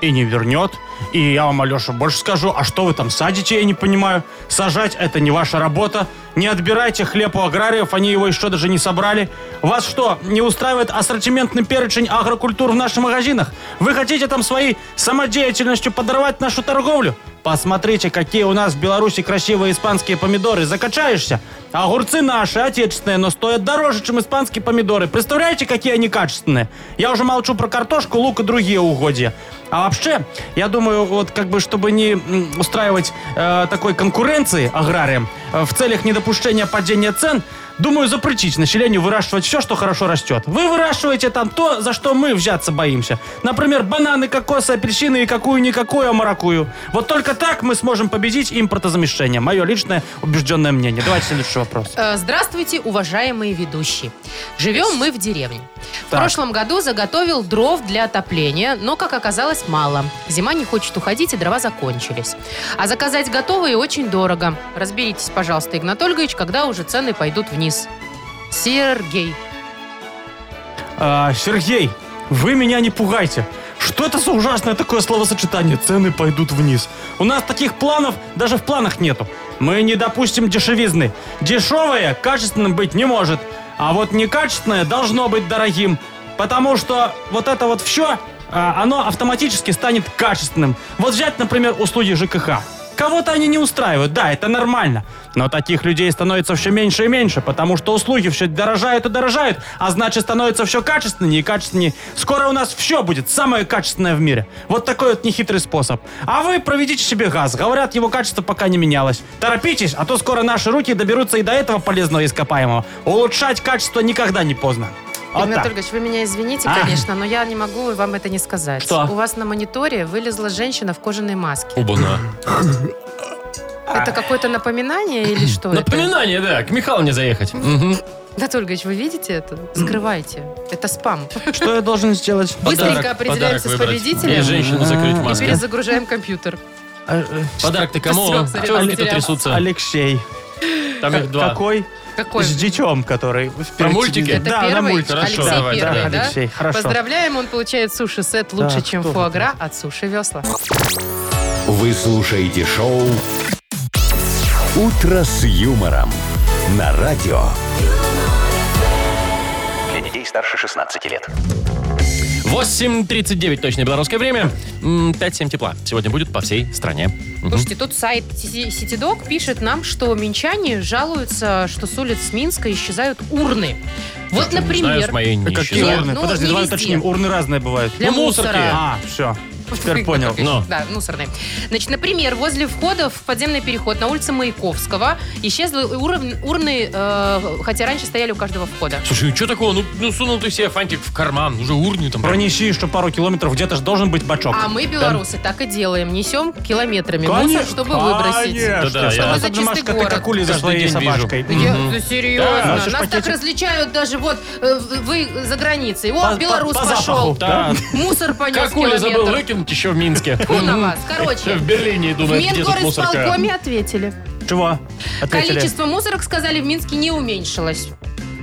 и не вернет. И я вам, Алеша, больше скажу, а что вы там садите, я не понимаю. Сажать это не ваша работа. Не отбирайте хлеб у аграриев, они его еще даже не собрали. Вас что, не устраивает ассортиментный перечень агрокультур в наших магазинах? Вы хотите там своей самодеятельностью подорвать нашу торговлю? Посмотрите, какие у нас в Беларуси красивые испанские помидоры. Закачаешься? А Огурцы наши, отечественные, но стоят дороже, чем испанские помидоры. Представляете, какие они качественные? Я уже молчу про картошку, лук и другие угодья. А вообще, я думаю, вот как бы, чтобы не м, устраивать э, такой конкуренции аграриям, э, в целях недопущения падения цен, думаю, запретить населению выращивать все, что хорошо растет. Вы выращиваете там то, за что мы взяться боимся. Например, бананы, кокосы, апельсины и какую-никакую амаракую. Вот только так мы сможем победить импортозамещение. Мое личное убежденное мнение. Давайте следующий вопрос. Э, Здравствуйте, уважаемые ведущие. Живем мы в деревне. В Так. прошлом году заготовил дров для отопления, но, как оказалось, мало. Зима не хочет уходить, и дрова закончились. А заказать готовые очень дорого. Разберитесь, пожалуйста, Игнат Ольгович, когда уже цены пойдут вниз. Сергей. А, Сергей, вы меня не пугайте. Что это за ужасное такое словосочетание? Цены пойдут вниз. У нас таких планов даже в планах нету. Мы не допустим дешевизны. Дешевое качественным быть не может. А вот некачественное должно быть дорогим. Потому что вот это вот все, оно автоматически станет качественным. Вот взять, например, услуги ЖКХ. Кого-то они не устраивают, да, это нормально. Но таких людей становится все меньше и меньше, потому что услуги все дорожают и дорожают, а значит становится все качественнее и качественнее. Скоро у нас все будет самое качественное в мире. Вот такой вот нехитрый способ. А вы проведите себе газ. Говорят, его качество пока не менялось. Торопитесь, а то скоро наши руки доберутся и до этого полезного ископаемого. Улучшать качество никогда не поздно. Вот Игнат А так. Ольгович, вы меня извините, А. конечно, но я не могу вам это не сказать. Что? У вас на мониторе вылезла женщина в кожаной маске. Оба-на. А. Это какое-то напоминание или что это? Напоминание, да, к Михайловне заехать. Мгм. Игнат Ольгович, вы видите это? Скрывайте. Это спам. Что я должен сделать? Подарок- подарок Быстренько определяемся с выбрать. И победителем. женщину закрыть в И маске. перезагружаем компьютер. А, э, Подарок-то кому? Всё, смотри, Чего руки-то потерялся. трясутся? Алексей. Э, Там их два. Какой? Какой? С детем, который. впереди Про мультики? меня. Это да, на первый? мультик. Хорошо. Алексей Давай, первый, да, да? Алексей, хорошо. Поздравляем, он получает суши-сет лучше, Так, чем кто фуагра от Суши Весла. Вы слушаете шоу «Утро с юмором» на радио. Для детей старше 16 лет. 8.39 точное белорусское время. М, 5-7 тепла. Сегодня будет по всей стране. Мгм. Слушайте, тут сайт Си- Ситидок пишет нам, что минчане жалуются, что с улиц Минска исчезают урны. Вот, Знаю, с например, моей не Какие исчезает. урны? Ну, Подожди, не давай везде. уточним. Урны разные бывают. для ну, мусорки. мусора. А, все. Теперь понял. Но. Да, мусорные. Значит, например, возле входа в подземный переход на улице Маяковского исчезли урн- урны, э, хотя раньше стояли у каждого входа. Слушай, что такого? Ну, ну, сунул ты себе фантик в карман, уже урни там. прям. Пронеси, что пару километров где-то же должен быть бачок. А мы, белорусы, так и делаем. Несем километрами мусор, чтобы выбросить. Конечно. Да-да, я- Особенно, Чтобы за Машка, чистый ты город. как Ули за Каждый своей день вижу. собачкой. Да я- да серьезно, Да, носишь нас так пакетик. различают даже вот э, вы за границей. О, По- белорус по- по пошел, запаху. Да. мусор понес Как Оля забыл километр. выкинуть еще в Минске. Фу на вас. Короче, В Берлине, в думаю, где тут мусорка? Мингорисполкоме ответили. Чего? Ответили. Количество мусорок, сказали, в Минске не уменьшилось.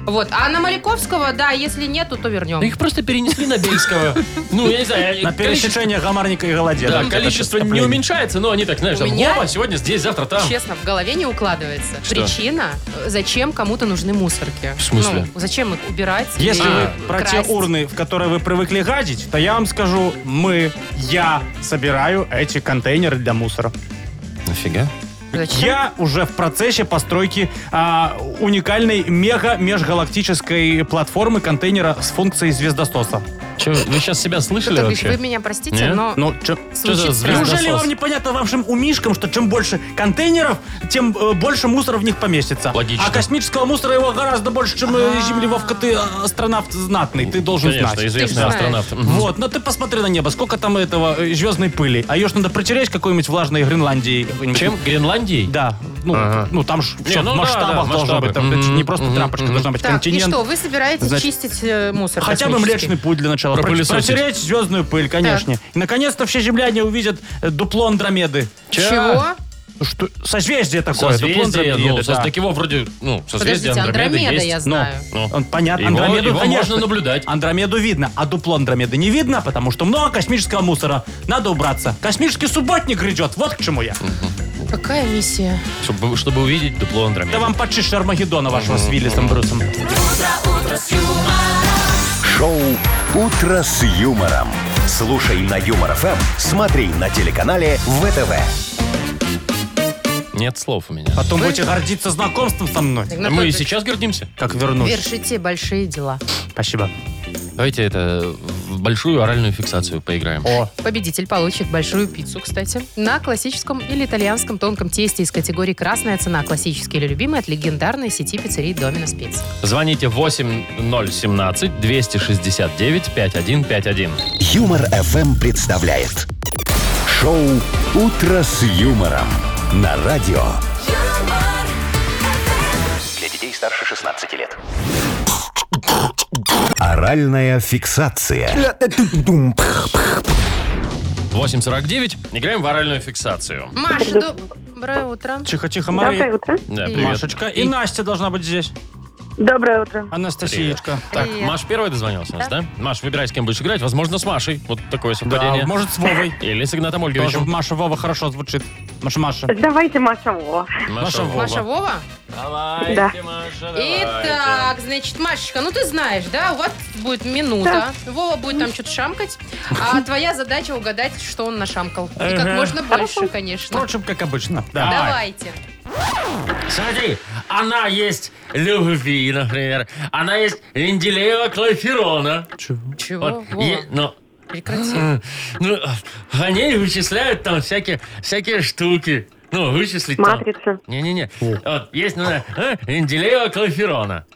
Вот. А на Мариковского, да, если нету, то вернем. Ну, Их просто перенесли на Бельского. Ну, я не знаю. На количе- пересечение гамарника и голодец. Да, количество не уменьшается, но они так, знаешь, У там, меня- Вова, сегодня здесь, завтра там. Честно, в голове не укладывается. Что? Причина, э, зачем кому-то нужны мусорки. В смысле? Ну, зачем их убирать? Если или вы про те красть? урны, в которые вы привыкли гадить, то я вам скажу, мы, я собираю эти контейнеры для мусора. Нафига? Зачем? Я уже в процессе постройки а, уникальной мега-межгалактической платформы контейнера с функцией звездососа. Че, вы сейчас себя слышали Петр Ильич, вообще? Вы меня простите, Не? но Ну, Что за чё- звучит странно. звездосос? Неужели вам непонятно вашим умишкам, что чем больше контейнеров, тем э, больше мусора в них поместится? Логично. А космического мусора его гораздо больше, чем э, Земли. Вовка, ты э, астронавт знатный, ты должен Ну, Конечно, знать. известный Ты знаешь. астронавт. Мгм. Вот, но ты посмотри на небо, сколько там этого э, звездной пыли. А ее ж надо протереть какой-нибудь влажной Гренландии. какой-нибудь. Чем? Гренландией? Да. Ну, Ага. ну там же Не, ну в да, масштабах да, должно масштабы. быть. Там это ж Мгм, не просто мгм, трапочка, мгм. должна быть Так, и континент. что, вы собираетесь Значит, чистить э, мусор Хотя бы космический? млечный путь для начала. Про- Пропылесосить. Протереть звездную пыль, конечно. И наконец-то все земляне увидят э, дупло Андромеды. Чё? Чего? Ну Что? Созвездие такое. дупло Созвездие, Андромеды, ну, со- да. так его вроде, ну, созвездие Подождите, Андромеда Андромеды я есть. знаю. Ну, Он, понятно. Его- Андромеду, его конечно. можно наблюдать. Андромеду видно, а дупло Андромеды не видно, потому что много космического мусора. Надо убраться. Космический субботник грядет. Вот к чему я. Какая миссия? чтобы, чтобы увидеть дупло Андромеды. Да вам почище Армагеддона вашего с Виллисом Брюсом. Шоу «Утро с юмором». Слушай на Юмор ФМ, смотри на телеканале ВТВ. Нет слов у меня. Потом будете гордиться знакомством со мной. А Игнат мы и Ольгович, сейчас гордимся. Как вернусь. Вершите большие дела. Спасибо. Давайте это в большую оральную фиксацию поиграем. О, Победитель получит большую пиццу, кстати, на классическом или итальянском тонком тесте из категории «Красная цена. Классический или любимый» от легендарной сети пиццерий «Доминос Пицца». Звоните 8017 269 5151. Юмор ФМ представляет. Шоу «Утро с юмором» на радио. Для детей старше 16 лет. Оральная фиксация. 849. Играем в оральную фиксацию. Маша, доброе утро. тихо-тихо, Доброе Мария. утро. Да, привет. Машечка. И Настя должна быть здесь. Доброе утро. Анастасиечка. Так, Привет. Маш первая дозвонилась у нас, да? Маш, выбирай, с кем будешь играть. Возможно, с Машей. Вот такое совпадение. Да, может, с Вовой. Или с Игнатом Тоже Ольговичем. Маша Вова хорошо звучит. Маша, Маша. Давайте Маша Вова. Маша Вова. Маша Вова? Давайте, Да. Маша, давайте. Итак, значит, Машечка, ну ты знаешь, да, у вас будет минута. Вова будет там что-то шамкать, а твоя задача угадать, что он нашамкал. И как Ага. можно больше, конечно. Впрочем, как обычно. Да. Давайте. Смотри, она есть любви, например. Она есть Венделеева Клаферона. Чего? Вот, Вова, е- ну, прекрати. э, ну, по ней вычисляют там всякие, всякие штуки. Ну, вычислить там. Матрица. Не-не-не. Вот, есть, ну, э, Менделеева Клаферона.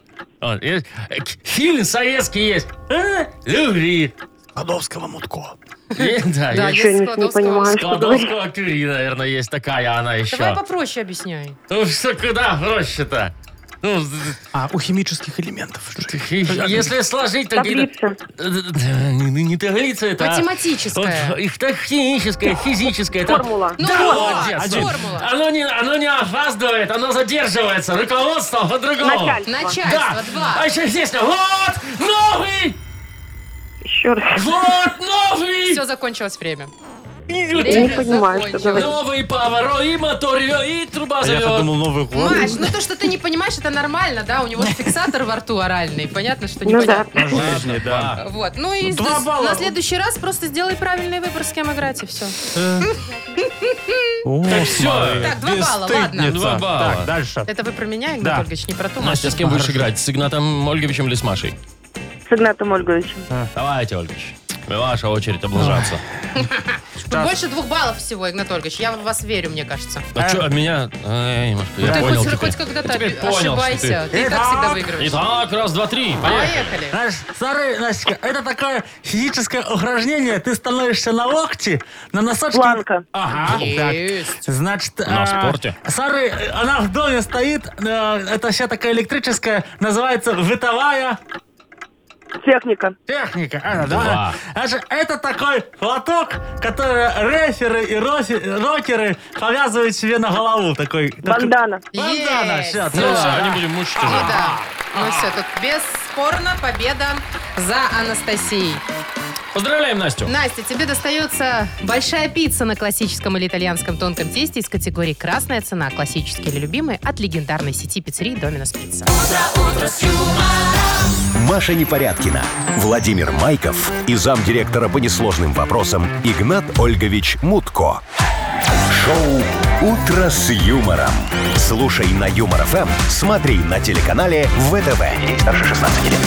Он, э, э, Фильм советский есть. А? Люби. Кладовского Мутко. Э, Да, Да, есть. Ничего есть не Складовского. понимаю. Кладовского Кюри, наверное, есть такая она Давай еще. попроще объясняй. Ну что, куда проще-то? Ну, з- А, у химических элементов. Э, если сложить, то... где-то- Таблица. Да, Не не таблица это, а- Математическая. Вот, Их так химическая, физическая. там- Формула. Ну Да, вот, молодец. один. формула. Оно не, оно не опаздывает, оно задерживается. Руководство по-другому. Начальство. Начальство, Да. А два. еще здесь вот новый, Еще раз. вот новый, Все, закончилось время. Я не Время понимаю, что закончилось. говорить. новый поворот, и мотор ревет, и труба Я зовет. подумал, Новый год. Маш, ну то, что ты не понимаешь, это нормально, да? У него же фиксатор во рту оральный. Понятно, что Ну да. непонятно. Нежный, да. Вот. Ну и Два с- балла. на следующий раз просто сделай правильный выбор, с кем играть, и все. О, Так, всё. смотри, Так, два балла, ладно. бесстыдница. Два балла. Так, дальше. Это вы про меня, Игнат Да. Ольгович, не про ту Настя, с кем будешь играть? С Игнатом Ольговичем или с Машей? С Игнатом Ольговичем. Давайте, Ольгович. Ваша очередь облажаться. Тут больше двух баллов всего, Игнат Ольгович. Я в вас верю, мне кажется. Ну, А что, от меня? Эй, Машка, я ты понял хоть, теперь. хоть когда-то Я теперь понял, что ошибайся. Ты и так Итак. всегда ты- выигрываешь. Итак, раз, два, три. Поехали. Поехали. Знаешь, смотри, Настя, это такое физическое упражнение. Ты становишься на локти, на носочки. Планка. Ага. так. Есть. Значит, На а, спорте. Сары, э, она в доме стоит, э, это вся такая электрическая, называется вытовая Техника. техника. А, Да. да. Значит, это такой платок, который реферы и рофи- рокеры повязывают себе на голову. Такой, такой- Бандана. Бандана, Есть. всё, Ну да. всё, не будем мучить Ну уже. да. Ну все, тут бесспорно победа за Анастасией. Поздравляем Настю. Настя, тебе достается большая пицца на классическом или итальянском тонком тесте из категории «Красная цена», «Классический или любимый» от легендарной сети пиццерий «Доминос Пицца». Маша Непорядкина, Владимир Майков и замдиректора по несложным вопросам Игнат Ольгович Мутко. Шоу «Утро с юмором». Слушай на Юмор ФМ, смотри на телеканале ВТВ. Ей старше 16 лет.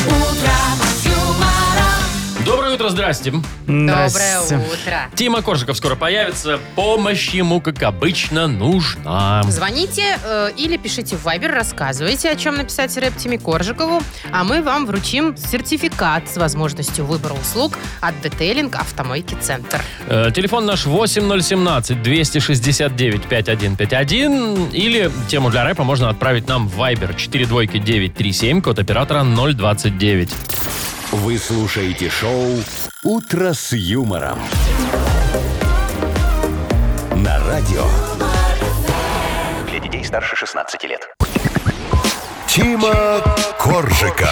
Доброе утро, здрасте. Доброе Настя. утро. Тима Коржиков скоро появится. Помощь ему, как обычно, нужна. Звоните э, или пишите в Viber, рассказывайте, о чем написать рэп Тиме Коржикову, а мы вам вручим сертификат с возможностью выбора услуг от детейлинг автомойки «Центр». Э, телефон наш 8017-269-5151. Или тему для рэпа можно отправить нам в Viber 42937, код оператора 029. Вы слушаете шоу «Утро с юмором». На радио Для детей старше 16 лет. Тима Коржика.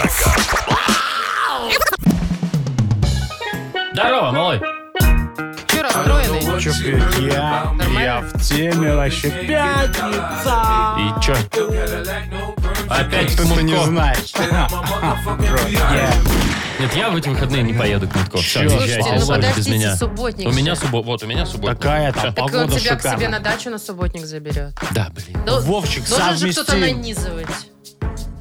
Здорово, малой. Че расстроенный? Я, я в теме вообще. Пятница! И чё? Опять ты, Ты не Мутко. знаешь. Нет, я в эти выходные не поеду к Мутко. Все, Чёрт. езжайте, Слушайте, ну сори, без подождите, меня. субботник У же. меня субботник. Вот, у меня субботник. Такая там Всё. Так он погода тебя к себе шикарная. на дачу на субботник заберет. Да, блин. Да, Вовчик, Должен же кто-то совмести. нанизывать.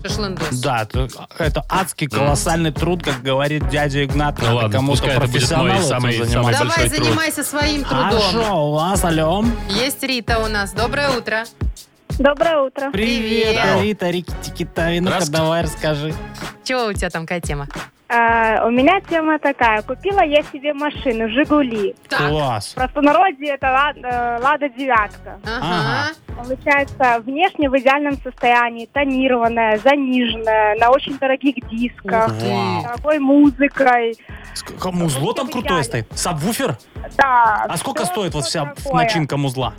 Шашлындос. Да, это, это адский колоссальный труд, как говорит дядя Игнат. Ну Надо ладно, кому-то пускай это будет мой профессионалу этим самый- самый заниматься. большой Давай труд. занимайся своим трудом. А что у вас, алло? Есть Рита у нас. Доброе утро. Доброе утро. Привет, Привет. Рита, Рики, Тики, ну-ка Раз- давай расскажи. Чего у тебя там какая тема? А, у меня тема такая. Купила я себе машину «Жигули». Так. Класс. В простонародье это «Лада, «Лада девятка». Ага. Получается, внешне в идеальном состоянии, тонированная, заниженная, на очень дорогих дисках, Ух с ты. дорогой музыкой. Сколько музло там крутое стоит? Сабвуфер? Да. А сколько всё стоит вот вся такое. начинка музла?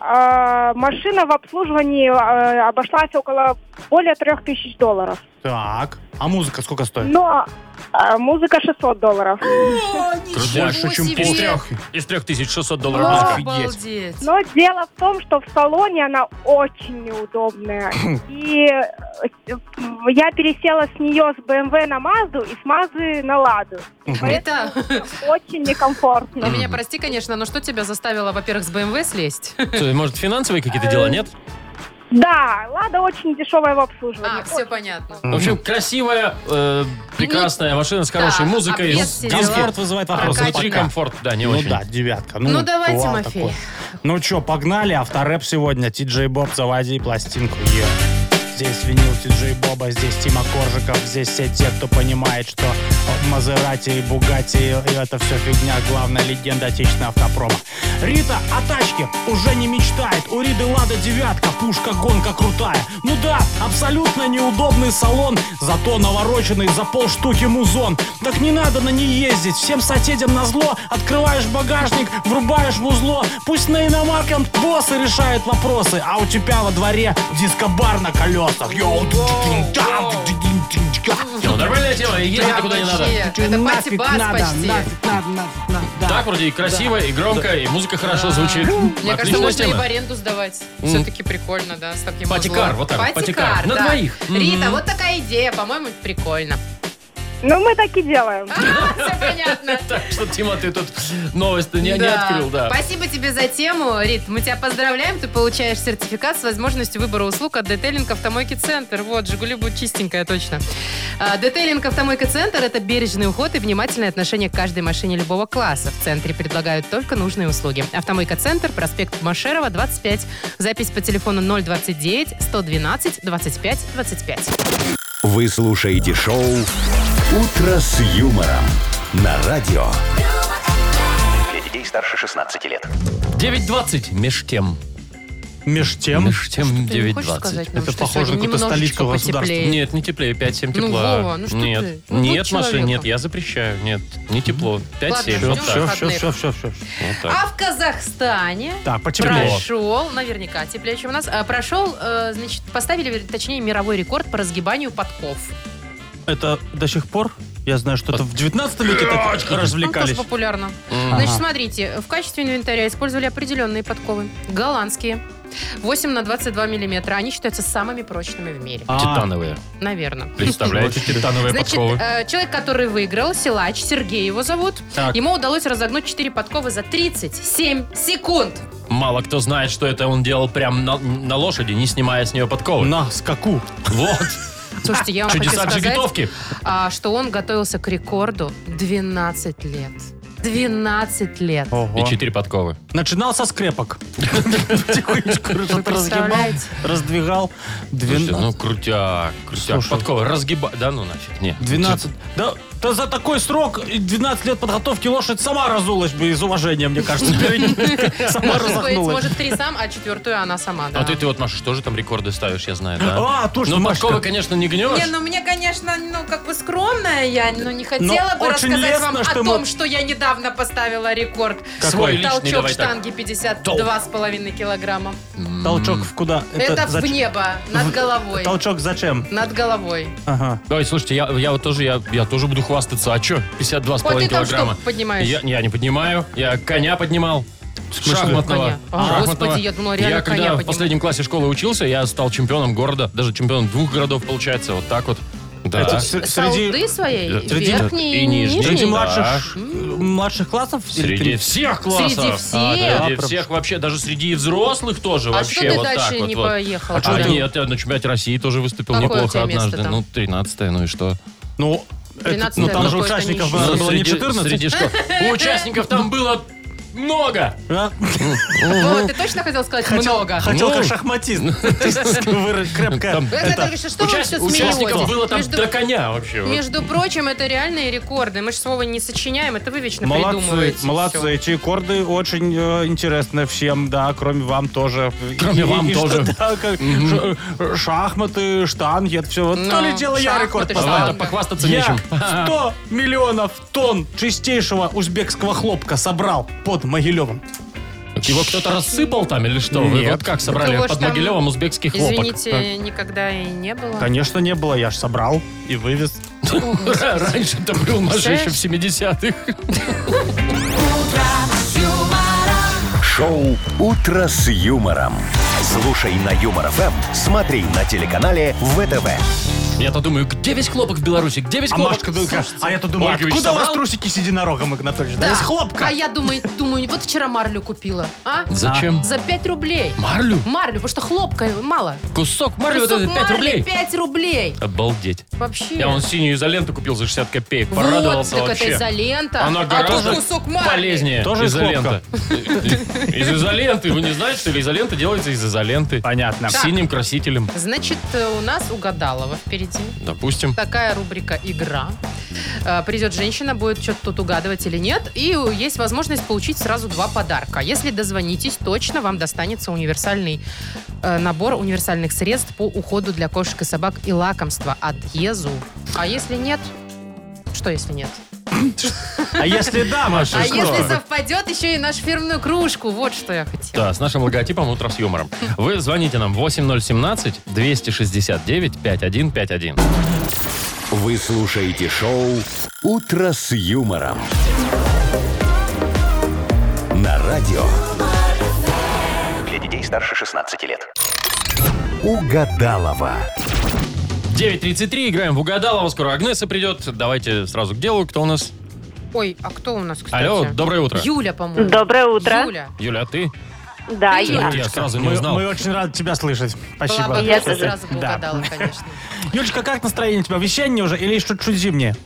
А, машина в обслуживании а, обошлась около более трех тысяч долларов. Так. А музыка сколько стоит? Но а, музыка 600 долларов. Больше, чем себе. пол. Из 3600 долларов. Ну, Обалдеть. Но дело в том, что в салоне она очень неудобная. Хм. И э, я пересела с нее с BMW на Мазду и с Мазды на Ладу. Рита, Очень ты некомфортно. меня прости, конечно, но что тебя заставило, во-первых, с БМВ слезть? Что, Может, финансовые какие-то дела, нет? Да, Лада очень дешевая в обслуживании. А, все понятно. В общем, красивая, э, прекрасная машина с хорошей да, музыкой. обвес с сидела. диски. Дискорд вызывает вопросы. Прокачка. Внутри комфорт, да, не Ну очень. да, девятка. Ну, Ну давай, бывало Тимофей. а такое. Ну чё, погнали, авторэп сегодня. Ти-Джей Боб, заводи пластинку. Е. Здесь винил Диджей Боба, здесь Тима Коржиков, здесь все те, кто понимает, что Мазерати и Бугати и это все фигня, главная легенда отечественного автопрома. Рита о тачке уже не мечтает, у Риды Лада девятка, пушка гонка крутая. Ну да, абсолютно неудобный салон, зато навороченный за пол штуки музон. Так не надо на ней ездить, всем соседям на зло, открываешь багажник, врубаешь в узло, пусть на иномарке боссы решают вопросы, а у тебя во дворе дискобар на колесах. Йоу, ту-ту-тун-там, ту-ту-тун-тун-тя. Ну, нормальная тема, и ездить Да, никуда не надо. вообще. Это Нафиг пати-бас надо, почти. нафиг надо, нафиг надо, да. Так вроде и красиво, и громко, и музыка хорошо звучит. Мне кажется, Отличная можно и в тема. аренду сдавать. Все-таки прикольно, да, с таким Патикар, узлом. вот так вот, патикар. На да. двоих. Рита, Мгм. вот такая идея, по-моему, прикольно. Ну, мы так и делаем. Все понятно. Так что, Тима, ты тут новость не, не Да. открыл, да. Спасибо тебе за тему, Рит. Мы тебя поздравляем. Ты получаешь сертификат с возможностью выбора услуг от Детейлинг Автомойки Центр. Вот, Жигули будет чистенькая, точно. А, Детейлинг Автомойка Центр – это бережный уход и внимательное отношение к каждой машине любого класса. В центре предлагают только нужные услуги. Автомойка Центр, проспект Машерова, 25. Запись по телефону 029 112 25 25. Вы слушаете шоу «Утро с юмором» на радио. Для детей старше 16 лет. 9.20 меж тем. Меж тем. Меж тем Ну, Ты не хочешь сказать 9.20 нам, Это что похоже сегодня на какую-то немножечко столичку государства. потеплеет? Нет, не теплее, 5-7 Ну, тепла. Вова, ну что нет, ты? Ну, нет, будь Маша, человеком. нет, я запрещаю. Нет, не тепло. 5-7, Ладно, вот ждем Все, так. все, все, выходных. все, все, все. вот так. А в Казахстане Так, потеплее. прошел, наверняка теплее, чем у нас, а, прошел, э, значит, поставили, точнее, мировой рекорд по разгибанию подков. Это до сих пор? Я знаю, что это в 19 веке так Ну, тоже развлекались. популярно. Значит, смотрите, в качестве инвентаря использовали определенные подковы. Голландские. 8 на 22 миллиметра. Они считаются самыми прочными в мире. А, Титановые. Наверное. Представляете, титановые Значит, подковы. э, человек, который выиграл, силач, Сергей его зовут, Так. ему удалось разогнуть 4 подковы за 37 секунд. Мало кто знает, что это он делал прям на, на лошади, не снимая с нее подковы. На скаку. Вот. Слушайте, я вам хочу Чудеса А, сказать, джигитовки. а, что он готовился к рекорду 12 лет. 12 лет. И Ого. 4 подковы. Начинал со скрепок. Потихонечку Вы что-то разгибал, Ну, представляете? раздвигал. Слушайте, ну 12. крутяк, крутяк. Слушай. Подковы разгибай. Да ну нафиг, не. 12. Да, да за такой срок и 12 лет подготовки лошадь сама разулась бы из уважения, мне кажется. Сама Может быть, разогнулась. может, три сам, а четвертую она сама, да. А ты, ты вот, Маша, тоже там рекорды ставишь, я знаю, да? А, точно, Ну, Машка. подковы, конечно, не гнешь. Не, ну мне, конечно, ну как бы скромная я, но не хотела бы очень рассказать лестно, вам о что мы- том, что я недавно поставила рекорд. Какой личный, Толчок давай так. штанги 52,5 килограмма. Толчок в куда? Это, в зач- небо, над в- головой. Толчок зачем? Над головой. Ага. Давай, слушайте, я, я вот тоже, я, я тоже буду хвастаться. А что? 52,5 Вот ты там килограмма. что поднимаешь? Я, я не поднимаю. Я коня поднимал. Шахматного. коня? А, Шахматного. господи, я думала, реально Я когда коня в поднимал. последнем классе школы учился, я стал чемпионом города, даже чемпионом двух городов, получается, вот так вот. Да. Это с- среди... Солды своей, Среди- верхней и нижней. Среди Да. младших, младших классов? или Среди перед- всех классов. А, Среди всех? Среди всех вообще, даже среди взрослых тоже А вообще что ты вот дальше так вот, не вот. поехал? А, Куда? нет, я на чемпионате России тоже выступил Какое у неплохо тебя место однажды. там? Ну, 13 ну и что? Ну, это- 13 ну там же какое-то участников нищее. было было не среди- 14. среди что? У участников там было много. а? Вот, ты точно хотел сказать много? Хотел Ну. как шахматист. Выры- Крепко. Там Это только что, что вы Участ- все Участников смеетесь? было там Между- до коня вообще. вот. Между прочим, это реальные рекорды. Мы же слова не сочиняем, это вы вечно Молодцы, придумываете. молодцы. Всё. Эти рекорды очень э, интересны всем, да, кроме вам тоже. Кроме вам что- тоже. да, как ш- э, Шахматы, штанги, это все. Вот Ну, то ли дело я шахматы, рекорд штанги. поставил. Ладно, похвастаться Я нечем. 100 миллионов тонн чистейшего узбекского хлопка собрал под Могилевым. Его кто-то рассыпал там или что? Вы Нет. вот как собрали Потому под что там, Могилевым узбекский хлопок? Извините, никогда и не было. Конечно, не было, я ж собрал и вывез. Раньше это был Маша еще в Представляешь? 70-х. Шоу «Утро с юмором». Слушай на Юмор ФМ, смотри на телеканале ВТВ. Я-то думаю, где весь хлопок в Беларуси? Где весь А хлопок? ну, Машка думает, а я тут думаю, Ольгович откуда у вас собрал? трусики с единорогом, Игнатольевич? Да. Из хлопка. А я думаю, думаю, вот вчера марлю купила. А? Зачем? За 5 рублей. Марлю? Марлю, потому что хлопка мало. Кусок марли, вот Кусок это 5 марли рублей. 5 рублей. Обалдеть. Вообще. Я вон синюю изоленту купил за 60 копеек. Вот, Порадовался так вообще. это изолента. Она а гораздо тут кусок марли. полезнее. Тоже из изолента. Из изоленты. Вы не знаете, что ли? Изолента делается из изоленты. Понятно. С синим красителем. Значит, э, у нас угадалова впереди. Допустим. Такая рубрика «Игра». Э, Придет женщина, будет что-то тут угадывать или нет. И э, есть возможность получить сразу два подарка. Если дозвонитесь, точно вам достанется универсальный э, набор универсальных средств по уходу для кошек и собак и лакомства от Езу. А если нет... Что если нет? А если да, Маша, а что? если совпадет еще и нашу фирменную кружку? Вот что я хотела. Да, с нашим логотипом «Утро с юмором». Вы звоните нам 8017-269-5151. Вы слушаете шоу «Утро с юмором». На радио Для детей старше 16 лет. «Угадалова». 9.33, играем в Угадалова. Скоро Агнеса придет. Давайте сразу к делу. Кто у нас? Ой, а кто у нас, кстати? Алло, доброе утро. Юля, по-моему. Доброе утро. Юля. Юля, а ты? Да, Привет. я. Я А сразу не Мы, узнал. мы очень рады тебя слышать. Была Спасибо. бы Я просто тоже. сразу бы Да. угадала, конечно. Юлечка, как настроение у тебя? Весеннее уже или еще чуть зимнее?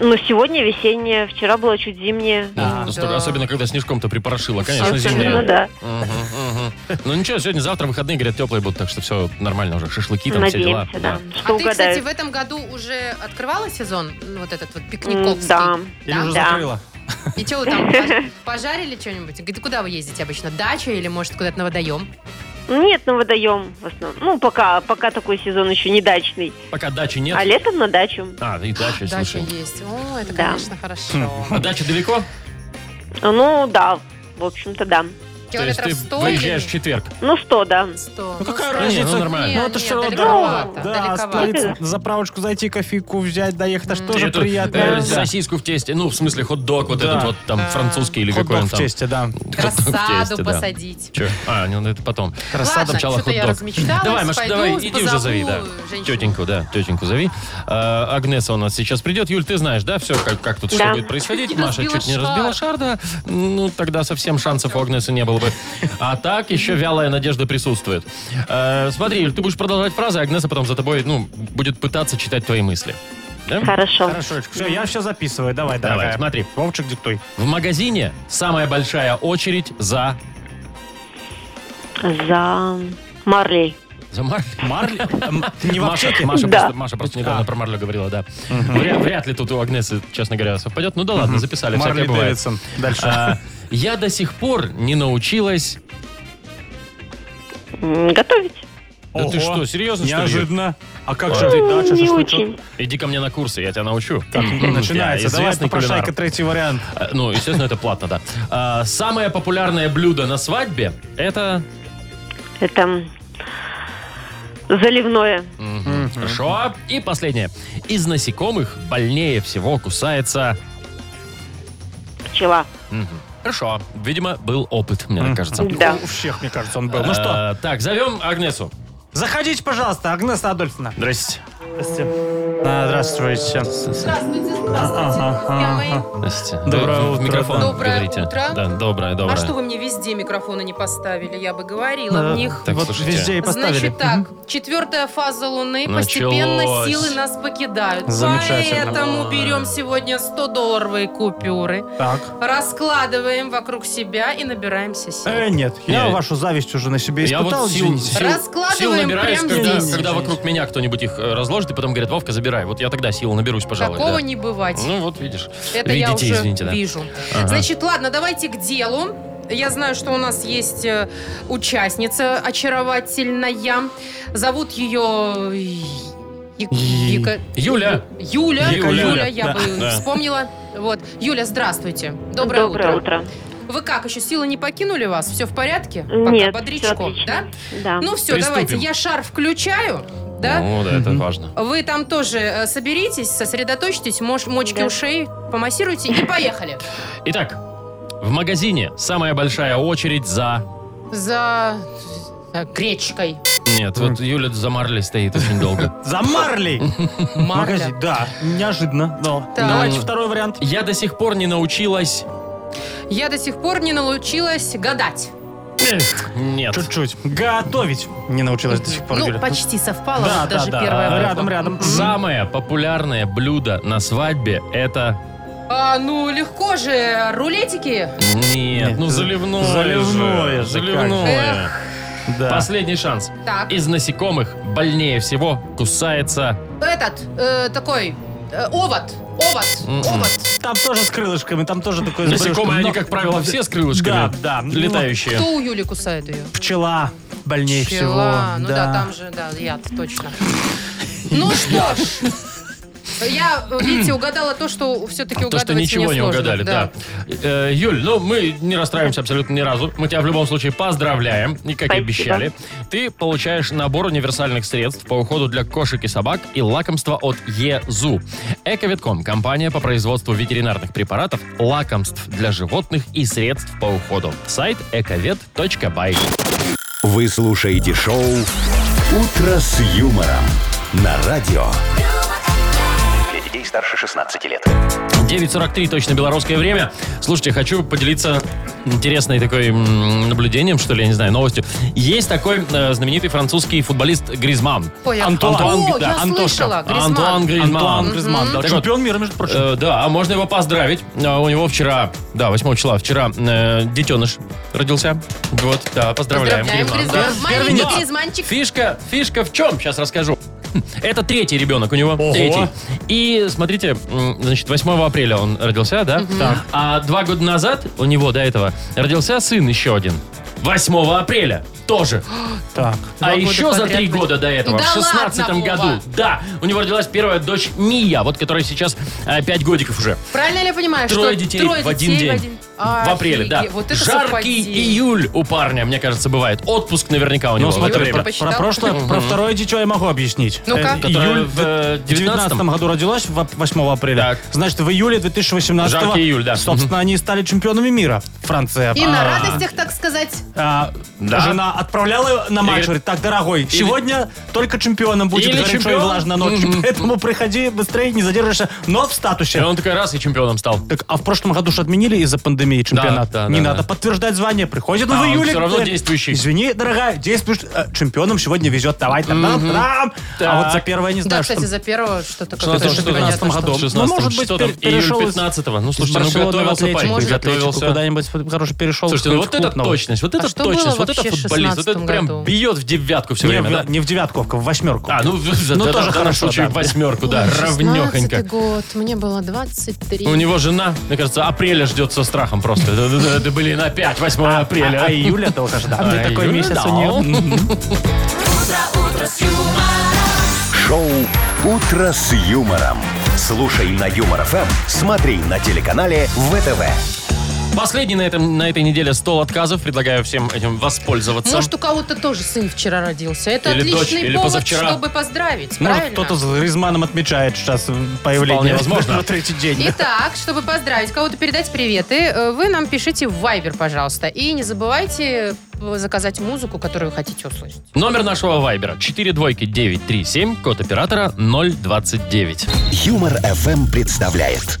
Ну, сегодня весеннее, вчера было чуть зимнее. Да, А, настолько- да. Ну, ну Особенно, когда снежком-то припорошило, конечно, Абсолютно, зимняя. да. Мгм, мгм. Ну ничего, сегодня-завтра выходные, говорят, теплые будут, так что все нормально уже. Шашлыки там, все дела. Надеемся, да. А Что ты, кстати, угадают. в этом году уже открывала сезон, ну, вот этот вот М, пикниковский? Да. Или уже Да. закрыла? И что вы там, пож- пожарили что-нибудь? Где- Куда вы ездите обычно? Дача или, может, куда-то на водоем? Нет, на водоем в основном. Ну, пока, пока такой сезон еще не дачный. Пока дачи нет. А летом на дачу. А, и дача, Дача слушай. есть. О, это, Да. конечно, хорошо. А дача далеко? Ну, да, в общем-то, да. То есть ты Километров 100 выезжаешь в или четверг. Ну, что, да. 100? Ну какая ну, разница? ну, нормально. Ну, Не, это все равно не, дорога. далековато, Да, далековато. остановиться, на заправочку зайти, кофейку взять, доехать, аж тоже Это, приятно. э, Да. Сосиску в тесте, ну, в смысле, хот-дог вот Да. этот вот, там, французский или какой Хот-дог он в там. тесте, да. Хот-дог в тесте, Рассаду да. посадить. Чё? А, ну, это потом. Ладно, Сначала что-то я хот-дог. размечталась. Давай, Маш, Пойду давай, иди уже позову зови, да. женщину. Тетеньку, да, тетеньку зови. А, Агнеса у нас сейчас придет. Юль, ты знаешь, да, все, как, как тут что Да. будет происходить? Чуть не Маша разбила чуть не шар. разбила шар, да. Ну, тогда совсем шансов у Агнесы не было бы. А так еще вялая надежда присутствует. Э, Смотри, Юль, ты будешь продолжать фразы, а Агнеса потом за тобой, ну, будет пытаться читать твои мысли. Да? Хорошо. Хорошо, все, я все записываю. Давай, Давай, дорогая. смотри. Вовчик, диктуй. В магазине самая большая очередь за... За Марлей. За Марли? Марли? М, ты Не в Маша, аптеке? Маша, Да. просто, Маша просто недавно А. про Марлю говорила, да. Вряд, вряд ли тут у Агнесы, честно говоря, совпадет. Ну да ладно, записали, Марли всякое бывает. Дэвидсон. Дальше. А, я до сих пор не научилась... М, Готовить? Да ты Ого. что, серьезно, что ли? Юль? Неожиданно. А как Ой. же ты, Даша, Не шашлычок? очень. Иди ко мне на курсы, я тебя научу. Так, М, начинается. я Давай, известный попрошайка, кулинар. третий вариант. А, Ну, естественно, это платно, да. А, самое популярное блюдо на свадьбе – это... Это м, заливное. Мгм. Хорошо. И последнее. Из насекомых больнее всего кусается... Пчела. Мгм. Хорошо. Видимо, был опыт, мне так кажется. Да. У всех, мне кажется, он был. Ну что, А, так, зовем Агнесу. заходите, пожалуйста, Агнеса Адольфовна. Здрасте. Здравствуйте. А, Здравствуйте. Здравствуйте, здравствуйте, друзья мои. Здрасте. Доброе Вы в утро, Микрофон да. Доброе говорите. утро. Да, доброе, доброе. А что вы мне везде микрофоны не поставили? Я бы говорила в них. Ну, Так, вот слушайте. везде и поставили. Значит так, четвертая фаза Луны, постепенно Началось. силы нас покидают. Замечательно. Поэтому берем сегодня 100-долларовые купюры, Так. раскладываем вокруг себя и набираемся сил. Э, нет, я Нет. вашу зависть уже на себе Я испытал, вот сил, извините. сил- Раскладываем сил набираюсь, прямо когда, здесь. когда вокруг меня кто-нибудь их э, разложит и потом говорит, Вовка, забирай. Вот я тогда сил наберусь, пожалуй. Такого да. не бывать. Ну вот видишь. Это Видите, я уже извините, да. вижу. Ага. Значит, ладно, давайте к делу. Я знаю, что у нас есть э, участница очаровательная. Зовут ее... э, Ек- Е- Ека- Юля. Юля. Юля. Юля, Юля, я да. бы Да. вспомнила. Вот. Юля, здравствуйте. Доброе, утро. утро. Вы как, еще силы не покинули вас? Все в порядке? Нет, Пока всё бодрячком, да? отлично. Да. Ну все, Приступим. давайте, я шар включаю, да? Ну да, это Мгм. важно. Вы там тоже э, соберитесь, сосредоточьтесь, мош- мочки Да. ушей помассируйте и поехали. Итак, в магазине самая большая очередь за... За э, гречкой. Нет, вот Юля за Марли стоит очень долго. За Марли! Марля. Магазин, да, неожиданно. но. Так. Давайте второй вариант. Я до сих пор не научилась... Я до сих пор не научилась гадать. Нет. Чуть-чуть. Готовить не научилась до сих пор, Ну, Юля. почти совпало, Да, вот даже да, да. первое. буква. Рядом, рядом. Самое популярное блюдо на свадьбе это... А, ну, легко же, рулетики. Нет, ну заливное же. Заливное же, Заливное. Да. Последний шанс. Так, Из насекомых больнее всего кусается... этот, э, такой, э, овод, овод, М-м, Мгм. овод. Там тоже с крылышками, там тоже такое с Насекомые, брюшком, они, но- как правило, все с крылышками. Ну, Да, Ну, да. Летающие. Кто у Юли кусает ее? Пчела больнее Пчела. всего. Ну да. там же, да, яд, точно. Ну что ж, я, видите, угадала то, что все-таки А То, угадывать что ничего мне не сложно. угадали, да. Э, Юль, ну мы не расстраиваемся абсолютно ни разу. Мы тебя в любом случае поздравляем, и как и Спасибо. обещали. Ты получаешь набор универсальных средств по уходу для кошек и собак и лакомства от ЕЗУ. Эковетком – компания по производству ветеринарных препаратов, лакомств для животных и средств по уходу. Сайт эковет.бай. Вы слушаете шоу «Утро с юмором» на радио. Для детей старше 16 лет. 9.43, точно белорусское время. Слушайте, хочу поделиться интересной такой м, наблюдением, что ли, я не знаю, новостью. Есть такой э, знаменитый французский футболист Гризман. Ой, я- Антуан, О, да, я Антошка. слышала, Гризман. Антуан Гризман. Антуан Гризман, да, Так вот, чемпион мира, между прочим. Э, да, а можно его поздравить. А, у него вчера, да, 8 числа, вчера э, детеныш родился. Вот, да, поздравляем. Поздравляем, Гризман, Гризман. да. Маленький Но Гризманчик. Фишка, фишка в чем? Сейчас расскажу. Это третий ребенок у него. Ого. Третий. И смотрите, м, значит, 8 апреля он родился, да? Так. А два года назад у него до этого родился сын еще один. 8 апреля тоже. Так. А года еще за подряд три будет. года до этого, Да в 16 ладно, Вова. году, да, у него родилась первая дочь Мия, вот которая сейчас 5 годиков уже. Правильно ли я понимаю, Трое что детей трое в один детей А, день. в Офигеть, апреле, да. Вот это Жаркий совпадение. июль у парня, мне кажется, бывает. Отпуск наверняка у него Ну, в это смотри, время. про, Посчитал? про прошлое, про второе дитё я могу объяснить. Ну-ка. Э, Которое Июль в, э, в 19 году родилась, в- 8 апреля. Так. Значит, в июле 2018 Жаркий июль, да. Собственно, они стали чемпионами мира. Франция. И А. на радостях, так сказать. А, Да. Жена отправляла на матч, Или- говорит, так, дорогой, сегодня только чемпионом будет, Или говорит, что и чемпион. влажно ночью, поэтому приходи быстрее, не задержишься, но в И статусе. он такой раз и чемпионом стал. Так, а в прошлом году же отменили из-за пандемии чемпионат. да, не да, надо да. подтверждать звание. Приходит А, в он июле. всё равно говорит, действующий. Извини, дорогая, действуешь. э, Чемпионом сегодня везет. Давай. там, там, там». А Так. вот за первое не Да, знаю, кстати, что- за первого что-то Что как-то там, что там? непонятно, В 16 что. году. Ну, может быть, пер- перешел июль из- 15-го. Ну, из слушайте, ну, Барселоны в готовился Атлетику, парень, из Атлетику готовился. Куда-нибудь в- хороший перешел. Слушайте, в ну вот клуб это новый. точность, вот это А что было точность, вот это вообще в футболист, вот это 16-м году? прям бьет в девятку все Не, время, в- да? не в девятку, а в восьмерку. А, ну, Ну, да, тоже да, хорошо, случае да. в восьмерку, да, Ой, 16-й равнехонько. год, мне было 23. У него жена, мне кажется, апреля ждет со страхом просто. Да, да, да, Да блин, опять 8 апреля. А, а июля это уже, да. А Где такой июля, месяц да. Ну, у Ну, нее? Шоу «Утро с юмором». Слушай на Юмор ФМ, смотри на телеканале ВТВ. Последний на, этом, на этой неделе стол отказов. Предлагаю всем этим воспользоваться. Может, у кого-то тоже сын вчера родился. Это Или дочь, отличный или повод, позавчера. Ну, чтобы поздравить, Может, правильно? кто-то с Гризманом отмечает сейчас появление. Вполне возможно. На третий день. Итак, чтобы поздравить кого-то, передать приветы, э, вы нам пишите в Viber, пожалуйста. И не забывайте э, заказать музыку, которую вы хотите услышать. Номер нашего вайбера 4 двойки 937, код оператора 029. Юмор ФМ представляет.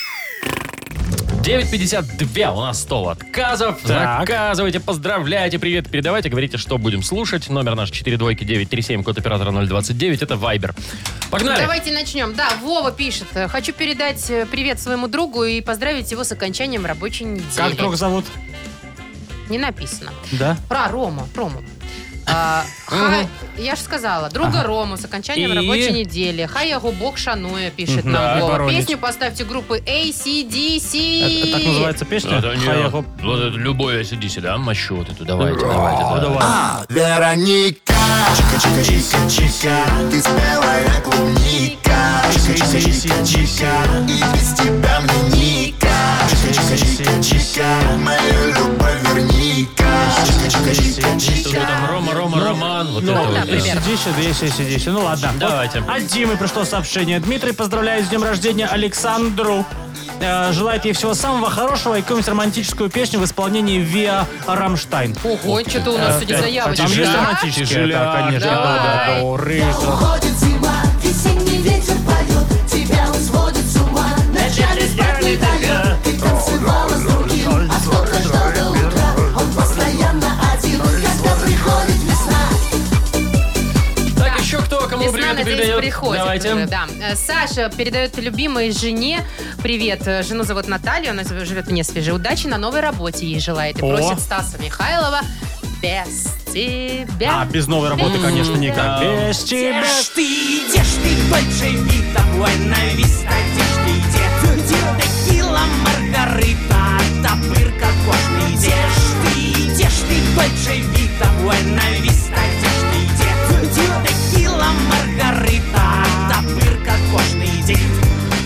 9.52 у нас стол отказов. Так. Заказывайте, поздравляйте, привет, передавайте, говорите, что будем слушать. Номер наш 4 двойки 937, код оператора 029, это вайбер. Погнали! Давайте начнем. Да, Вова пишет. э, Хочу передать э, привет своему другу и поздравить его с окончанием рабочей недели. Как друг зовут? Не написано. Да. Про Рому. Рому. А, хай- я же сказала, друга Рому с окончанием И? рабочей недели. Хай его бог шануя, пишет Мгм. нам Да, Вова. Воронеж. Песню поставьте группы Э, ACDC. Так называется песня? Это не- Хаяко. вот это любое сиди сюда, мочу вот эту, давайте, давайте, давайте. А, Вероника Чика, чика, чика, чика Ты спелая клубника Чика, чика, чика, чика И без тебя мне ника Чика, чика, чика, чика Мою любовь верника Чика, чика, чика, Что-то чика там Рома, Рома, Роман. Вот Ну, это вот, да. да, например. сидище, двести, сидище. Ну ладно. Вот Давайте. От Димы пришло сообщение. Дмитрий, поздравляю с днем рождения Александру. Э, Желает ей всего самого хорошего и какую-нибудь романтическую песню в исполнении Виа Рамштайн. Ого, что-то у Э, нас сегодня заявочка. Там есть Тяжеля- романтические, тяжеляк, да, конечно. давай. Да, да, да, уры. Уходит зима, весенний ветер поет, тебя он сводит с ума. Ночами спать не дает, ты танцевала с другим, а кто-то ждал до утра. Он постоянно один, когда приходит весна. Так, еще кто? Кому Весна, привет надеюсь, передает? приходит Давайте. уже, да. Э, Саша передает любимой жене привет. Э, Жену зовут Наталья, она зав- живет вне свежей удачи, на новой работе ей желает. И О. просит Стаса Михайлова без тебя. А, без новой работы, конечно, никак. Да. Без тебя. ты идешь, ты большевик, такой на весь одежде где, где текила, маргарита, топырка, кожный Идешь ты, идешь ты, большевик, такой на весь одежде где, где текила, маргарита, топырка, кожный день.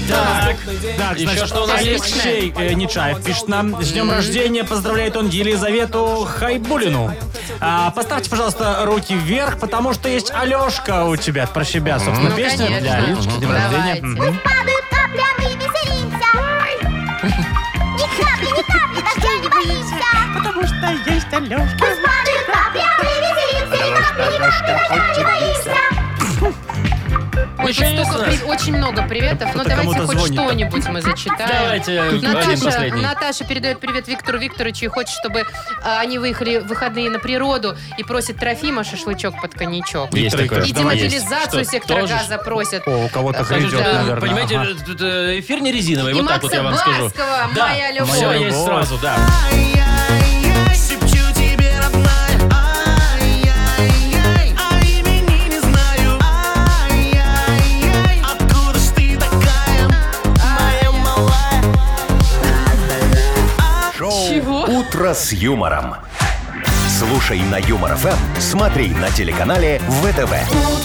Так, Так, Еще значит, что у нас есть? Алексей э, Нечаев пишет нам. С днем рождения поздравляет он Елизавету Хайбулину. А, поставьте, пожалуйста, руки вверх, потому что есть Алешка у тебя. Про себя, собственно, Ну, песня конечно. для Алишки. Днем рождения. Давайте. Ну, Мгм. Падают капли, а мы веселимся. Ни капли, ни капли, дождя не боимся. Потому что есть Алешка. Пусть падают капли, а мы веселимся. Ни капли, ни капли, дождя не боимся. Ой, Еще тут есть столько у нас? при- очень много приветов. Ну, Кто-то давайте Ну, кому-то хоть звонит. что-нибудь мы зачитаем. Давайте, один Наташа, последний. Наташа передает привет Виктору Викторовичу и хочет, чтобы а, они выехали в выходные на природу и просит Трофима шашлычок под коньячок. Есть такое. И давай демобилизацию Что, сектора тоже? газа просят. О, у кого-то Слушайте, грядет, да, наверное. э, Понимаете, Ага. тут, э, эфир не резиновый, И вот так Макса вот я вам скажу. Барского «Моя любовь». все «Моя есть любовь». сразу, да. Ай-яй-яй, шепчу тебе, родная Ай-яй-яй, а имени не знаю Ай-яй-яй, откуда ж ты такая Моя малая Шоу Чего? «Утро с юмором». Слушай на Юмор ФМ, смотри на телеканале ВТВ. ну,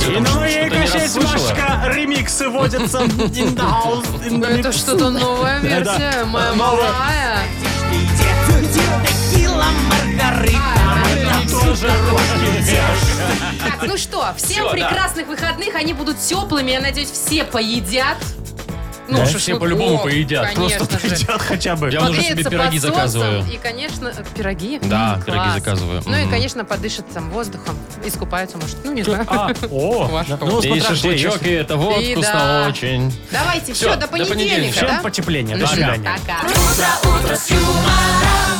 И Потому что новые что-то не кошель расслышала. Машка ремиксы водятся. In the house, in the Это mix. что-то новая версия, Да. моя Новая. малая. Где, где текила, маргарита Так, ну что, Всё, всем да. прекрасных выходных, они будут теплыми, я надеюсь, все поедят. Ну, Да, шашлыков, все по-любому поедят, просто Конечно же. Идет хотя бы. Я уже себе Погреются пироги под солнцем заказываю. И, конечно, э, пироги. Да, М, пироги класс. заказываю. Ну и, Мгм. конечно, подышат там воздухом, искупаются, может, ну не знаю. А, о, Ваша ну, И смотря шашлычок, где, и если- это вот И вкусно да. очень. Давайте, Всё, все, до до понедельника. понедельника, Всем да? потепление. Ну До всё, свидания. Пока. Утро, утро с юмором